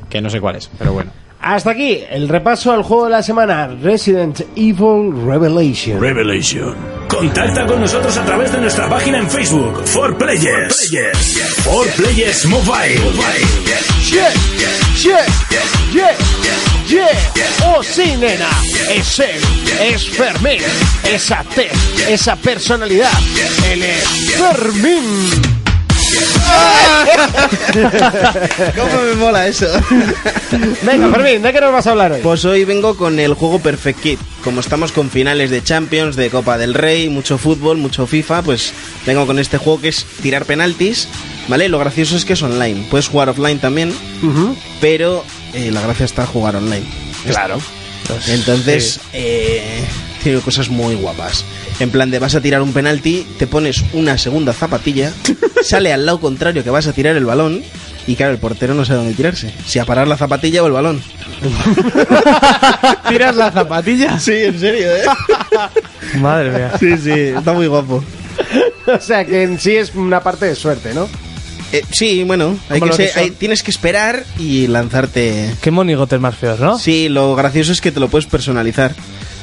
[SPEAKER 5] Que no sé cuál es, pero bueno.
[SPEAKER 2] Hasta aquí el repaso al juego de la semana, Resident Evil Revelation.
[SPEAKER 1] Revelation. Contacta con nosotros a través de nuestra página en Facebook, For Players. For Players Mobile.
[SPEAKER 2] Yeah, yeah, yeah, yeah. Oh, sí, nena. Es él, es Fermín. Esa tez, esa personalidad. Él es Fermín.
[SPEAKER 4] ¿Cómo me mola eso?
[SPEAKER 2] Venga, Fermín, ¿de qué nos vas a hablar hoy?
[SPEAKER 4] Pues hoy vengo con el juego Perfect Kit. Como estamos con finales de Champions, de Copa del Rey, mucho fútbol, mucho FIFA, pues vengo con este juego que es tirar penaltis, ¿vale? Lo gracioso es que es online. Puedes jugar offline también, pero eh, la gracia está jugar online. Claro. Entonces, eh, tiene cosas muy guapas. En plan de vas a tirar un penalti, te pones una segunda zapatilla, sale al lado contrario que vas a tirar el balón, y claro, el portero no sabe dónde tirarse. Si a parar la zapatilla o el balón.
[SPEAKER 5] ¿Tiras la zapatilla?
[SPEAKER 4] Sí, en serio, ¿eh?
[SPEAKER 6] Madre mía.
[SPEAKER 4] Sí, sí, está muy guapo.
[SPEAKER 2] O sea, que en sí es una parte de suerte, ¿no?
[SPEAKER 4] Eh, sí, bueno, hay
[SPEAKER 6] Como
[SPEAKER 4] que
[SPEAKER 6] lo que
[SPEAKER 4] ser- hay-
[SPEAKER 6] son.
[SPEAKER 4] tienes que esperar y lanzarte.
[SPEAKER 6] Qué monigotes más feos, ¿no?
[SPEAKER 4] Sí, lo gracioso es que te lo puedes personalizar.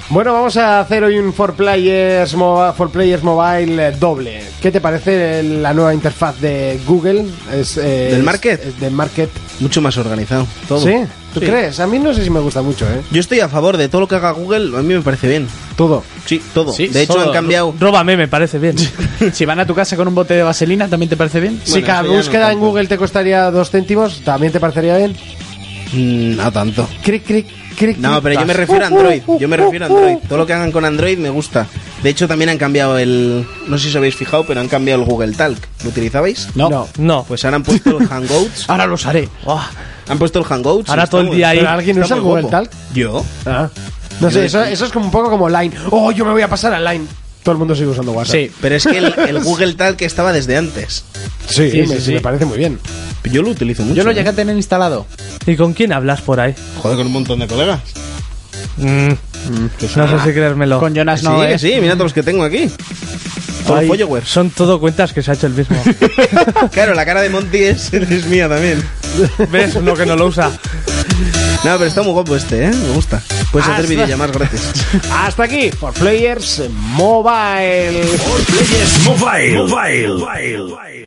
[SPEAKER 2] Bueno, vamos a hacer hoy un 4Players, Mo- 4Players Mobile eh, doble. ¿Qué te parece la nueva interfaz de Google? Es, eh,
[SPEAKER 4] ¿Del
[SPEAKER 2] es-
[SPEAKER 4] Market?
[SPEAKER 2] es del Market.
[SPEAKER 4] Mucho más organizado. Todo.
[SPEAKER 2] ¿Sí? ¿Tú
[SPEAKER 4] Sí.
[SPEAKER 2] crees? A mí no sé si me gusta mucho, ¿eh?
[SPEAKER 4] Yo estoy a favor de todo lo que haga Google, a mí me parece bien.
[SPEAKER 2] Todo.
[SPEAKER 4] Sí, todo.
[SPEAKER 5] Sí,
[SPEAKER 4] de hecho,
[SPEAKER 5] todo.
[SPEAKER 4] han cambiado.
[SPEAKER 6] Róbame, me parece bien.
[SPEAKER 5] Si van a tu casa con un bote de vaselina, ¿también te parece bien?
[SPEAKER 2] si cada
[SPEAKER 4] eso ya no
[SPEAKER 2] búsqueda en
[SPEAKER 4] tanto.
[SPEAKER 2] Google te costaría dos céntimos, ¿también te parecería bien?
[SPEAKER 4] Mm, No tanto.
[SPEAKER 2] Cric, cric, cric.
[SPEAKER 4] No,
[SPEAKER 2] cric. Uh,
[SPEAKER 4] pero yo me
[SPEAKER 2] Tas.
[SPEAKER 4] refiero a Android. Yo me
[SPEAKER 2] uh.
[SPEAKER 4] refiero a Android. Todo lo que hagan con Android me gusta. De hecho, también han cambiado el. No sé si os habéis fijado, pero han cambiado el Google Talk. ¿Lo utilizabais?
[SPEAKER 5] No.
[SPEAKER 6] No.
[SPEAKER 4] Pues ahora han puesto el Hangouts.
[SPEAKER 5] Ahora los haré.
[SPEAKER 4] Han puesto el Hangouts. y
[SPEAKER 6] Oh. Ahora
[SPEAKER 4] está
[SPEAKER 6] todo el
[SPEAKER 4] muy-
[SPEAKER 6] día ahí.
[SPEAKER 2] ¿Pero alguien
[SPEAKER 4] está
[SPEAKER 2] usa el
[SPEAKER 4] muy
[SPEAKER 2] Google
[SPEAKER 4] guapo.
[SPEAKER 2] Talk?
[SPEAKER 4] Yo.
[SPEAKER 2] Ah. No sé, eso, eso es como un poco como Line. Oh, yo me voy a pasar a Line. Todo el mundo sigue usando WhatsApp.
[SPEAKER 5] Sí.
[SPEAKER 4] Pero es que el, el Google Talk estaba desde antes.
[SPEAKER 2] Sí,
[SPEAKER 5] Sí,
[SPEAKER 2] me,
[SPEAKER 5] sí, sí.
[SPEAKER 2] me parece muy bien.
[SPEAKER 4] Yo lo utilizo mucho.
[SPEAKER 8] Yo lo
[SPEAKER 4] ¿eh?
[SPEAKER 8] llegué a tener instalado.
[SPEAKER 6] ¿Y con quién hablas por ahí?
[SPEAKER 4] Joder, con un montón de colegas.
[SPEAKER 6] Mm, No sé si creérmelo.
[SPEAKER 5] Con Jonas
[SPEAKER 4] sí,
[SPEAKER 5] no,
[SPEAKER 4] que
[SPEAKER 5] ¿eh?
[SPEAKER 4] sí, mira todos los que tengo aquí. Todos
[SPEAKER 6] Ay,
[SPEAKER 4] followers.
[SPEAKER 6] son todo cuentas que se ha hecho el mismo.
[SPEAKER 4] Claro, la cara de Monty es, es mía también.
[SPEAKER 6] ¿Ves? Uno que no lo usa.
[SPEAKER 4] No, pero está muy guapo este, ¿eh? Me gusta. Puedes hacer videollamadas gratis.
[SPEAKER 2] Hasta aquí, por Players Mobile.
[SPEAKER 1] Players Mobile. Mobile. Mobile.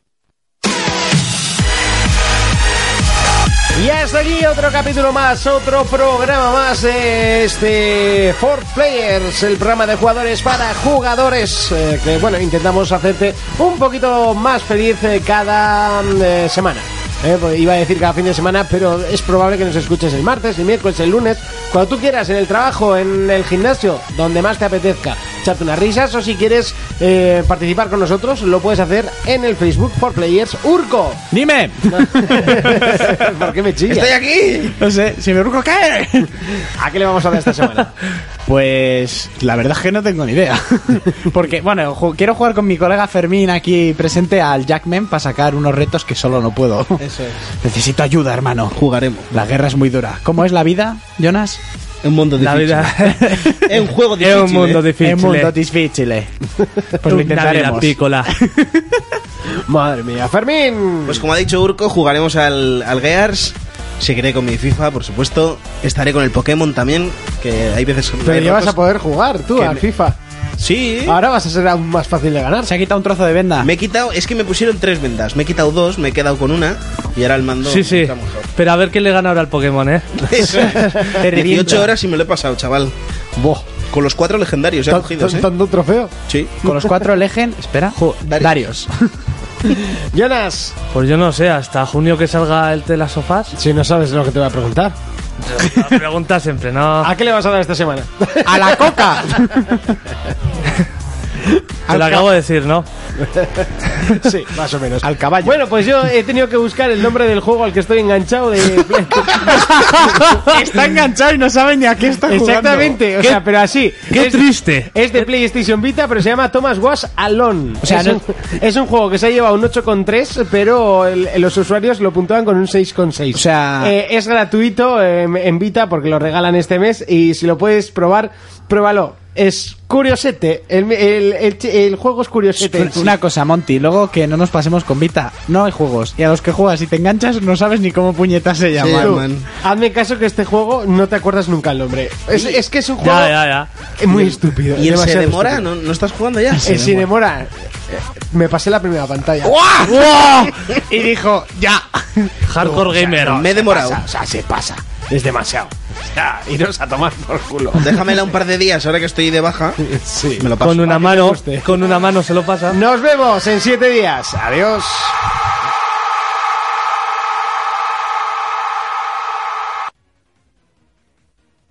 [SPEAKER 2] Y hasta aquí otro capítulo más, otro programa más de este For Players, el programa de jugadores para jugadores, eh, que bueno, intentamos hacerte un poquito más feliz eh, cada mm, eh, semana. Eh, pues iba a decir cada fin de semana, pero es probable que nos escuches el martes, el miércoles, el lunes, cuando tú quieras, en el trabajo, en el gimnasio, donde más te apetezca. Echarte unas risas o si quieres eh, participar con nosotros, lo puedes hacer en el Facebook For Players Urco.
[SPEAKER 5] Dime.
[SPEAKER 2] ¿Por qué me chillas?
[SPEAKER 4] ¡Estoy aquí!
[SPEAKER 5] No sé, si me urco caer.
[SPEAKER 2] ¿A qué le vamos a dar esta semana?
[SPEAKER 5] Pues la verdad es que no tengo ni idea. Porque, bueno, ju- quiero jugar con mi colega Fermín aquí presente al Jackman para sacar unos retos que solo no puedo.
[SPEAKER 4] Eso es.
[SPEAKER 5] Necesito ayuda, hermano.
[SPEAKER 4] Jugaremos.
[SPEAKER 5] La guerra es muy dura. ¿Cómo es la vida, Jonas?
[SPEAKER 4] Un mundo
[SPEAKER 6] La
[SPEAKER 4] difícil.
[SPEAKER 6] vida
[SPEAKER 4] Es un juego
[SPEAKER 6] es
[SPEAKER 4] difícil.
[SPEAKER 6] un mundo
[SPEAKER 4] ¿eh?
[SPEAKER 6] difícil.
[SPEAKER 5] Es mundo difícil. Pues lo
[SPEAKER 6] Una vida
[SPEAKER 5] intentaremos.
[SPEAKER 6] pícola.
[SPEAKER 2] Madre mía, Fermín.
[SPEAKER 4] Pues como ha dicho Urco, jugaremos al, al Gears. Seguiré con mi FIFA, por supuesto. Estaré con el Pokémon también, que hay veces...
[SPEAKER 2] pero
[SPEAKER 4] hay
[SPEAKER 2] ya vas a
[SPEAKER 4] ratos-
[SPEAKER 2] poder Ah. jugar tú
[SPEAKER 4] que
[SPEAKER 2] al
[SPEAKER 4] me-
[SPEAKER 2] FIFA.
[SPEAKER 4] Sí.
[SPEAKER 2] Ahora vas a ser aún más fácil de ganar.
[SPEAKER 5] Se ha quitado un trozo de venda.
[SPEAKER 4] Me he quitado... Es que me pusieron tres vendas. Me he quitado dos, me he quedado con una. Y ahora el mando...
[SPEAKER 6] Sí, sí.
[SPEAKER 4] está mejor.
[SPEAKER 6] Pero a ver qué le gana ahora al Pokémon, ¿eh?
[SPEAKER 4] Eso. 18 horas y me lo he pasado, chaval.
[SPEAKER 2] Boh,
[SPEAKER 4] Con los cuatro legendarios he
[SPEAKER 2] tan-
[SPEAKER 4] cogido,
[SPEAKER 2] tan-
[SPEAKER 4] ¿eh?
[SPEAKER 2] tanto trofeo.
[SPEAKER 4] Sí.
[SPEAKER 5] Con los cuatro elegen. Espera. Jo- Darius.
[SPEAKER 2] Jonas,
[SPEAKER 6] Pues yo no sé, hasta junio que salga el de las sofás.
[SPEAKER 2] si no sabes lo que te voy a preguntar.
[SPEAKER 6] Pregunta siempre, ¿no?
[SPEAKER 2] ¿A qué le vas a dar esta semana?
[SPEAKER 5] ¡A la coca!
[SPEAKER 6] Te lo
[SPEAKER 5] Al ca-
[SPEAKER 6] acabo de decir, ¿no?
[SPEAKER 2] sí, más o menos.
[SPEAKER 5] Al caballo.
[SPEAKER 2] Bueno, pues yo he tenido que buscar el nombre del juego al que estoy enganchado de...
[SPEAKER 5] está enganchado y no sabe ni a qué está jugando.
[SPEAKER 2] Exactamente, o
[SPEAKER 6] ¿Qué-
[SPEAKER 2] sea, pero así.
[SPEAKER 6] ¡Qué
[SPEAKER 2] es-
[SPEAKER 6] triste!
[SPEAKER 2] Es de PlayStation Vita, pero se llama Thomas Was Alone.
[SPEAKER 5] O sea,
[SPEAKER 2] es,
[SPEAKER 5] no-
[SPEAKER 2] un, es un juego que se ha llevado un 8,3, pero el- los usuarios lo puntúan con un 6,6.
[SPEAKER 5] O sea-
[SPEAKER 2] Eh, es gratuito eh, en Vita porque lo regalan este mes y si lo puedes probar, pruébalo. Es curiosete. El, el- el chi- el juego es curiosete.
[SPEAKER 5] Una- Una cosa, Monty, luego que no nos pasemos con Vita, no hay juegos. Y a los que juegas y te enganchas, no sabes ni cómo puñetas se
[SPEAKER 4] Sí,
[SPEAKER 5] llaman.
[SPEAKER 4] man.
[SPEAKER 2] Hazme caso que este juego no te acuerdas nunca el nombre. Es, es que es un juego
[SPEAKER 6] Ya, ya, ya.
[SPEAKER 2] eh, muy estúpido.
[SPEAKER 4] ¿Y él se
[SPEAKER 2] demasiado
[SPEAKER 4] demora?
[SPEAKER 2] estúpido.
[SPEAKER 4] ¿No, no estás jugando ya?
[SPEAKER 2] El sin demora. eh, Me pasé la primera pantalla.
[SPEAKER 5] Y dijo, ya.
[SPEAKER 6] Hardcore gamer.
[SPEAKER 4] Me he demorado.
[SPEAKER 2] o sea, se pasa. Es demasiado. O sea, iros a tomar por culo.
[SPEAKER 4] Déjamela un par de días ahora que estoy de baja.
[SPEAKER 2] Sí.
[SPEAKER 4] Me lo paso.
[SPEAKER 6] Con una
[SPEAKER 2] te
[SPEAKER 6] mano,
[SPEAKER 2] guste.
[SPEAKER 6] con una mano se lo pasa.
[SPEAKER 2] Nos vemos en siete días. Adiós.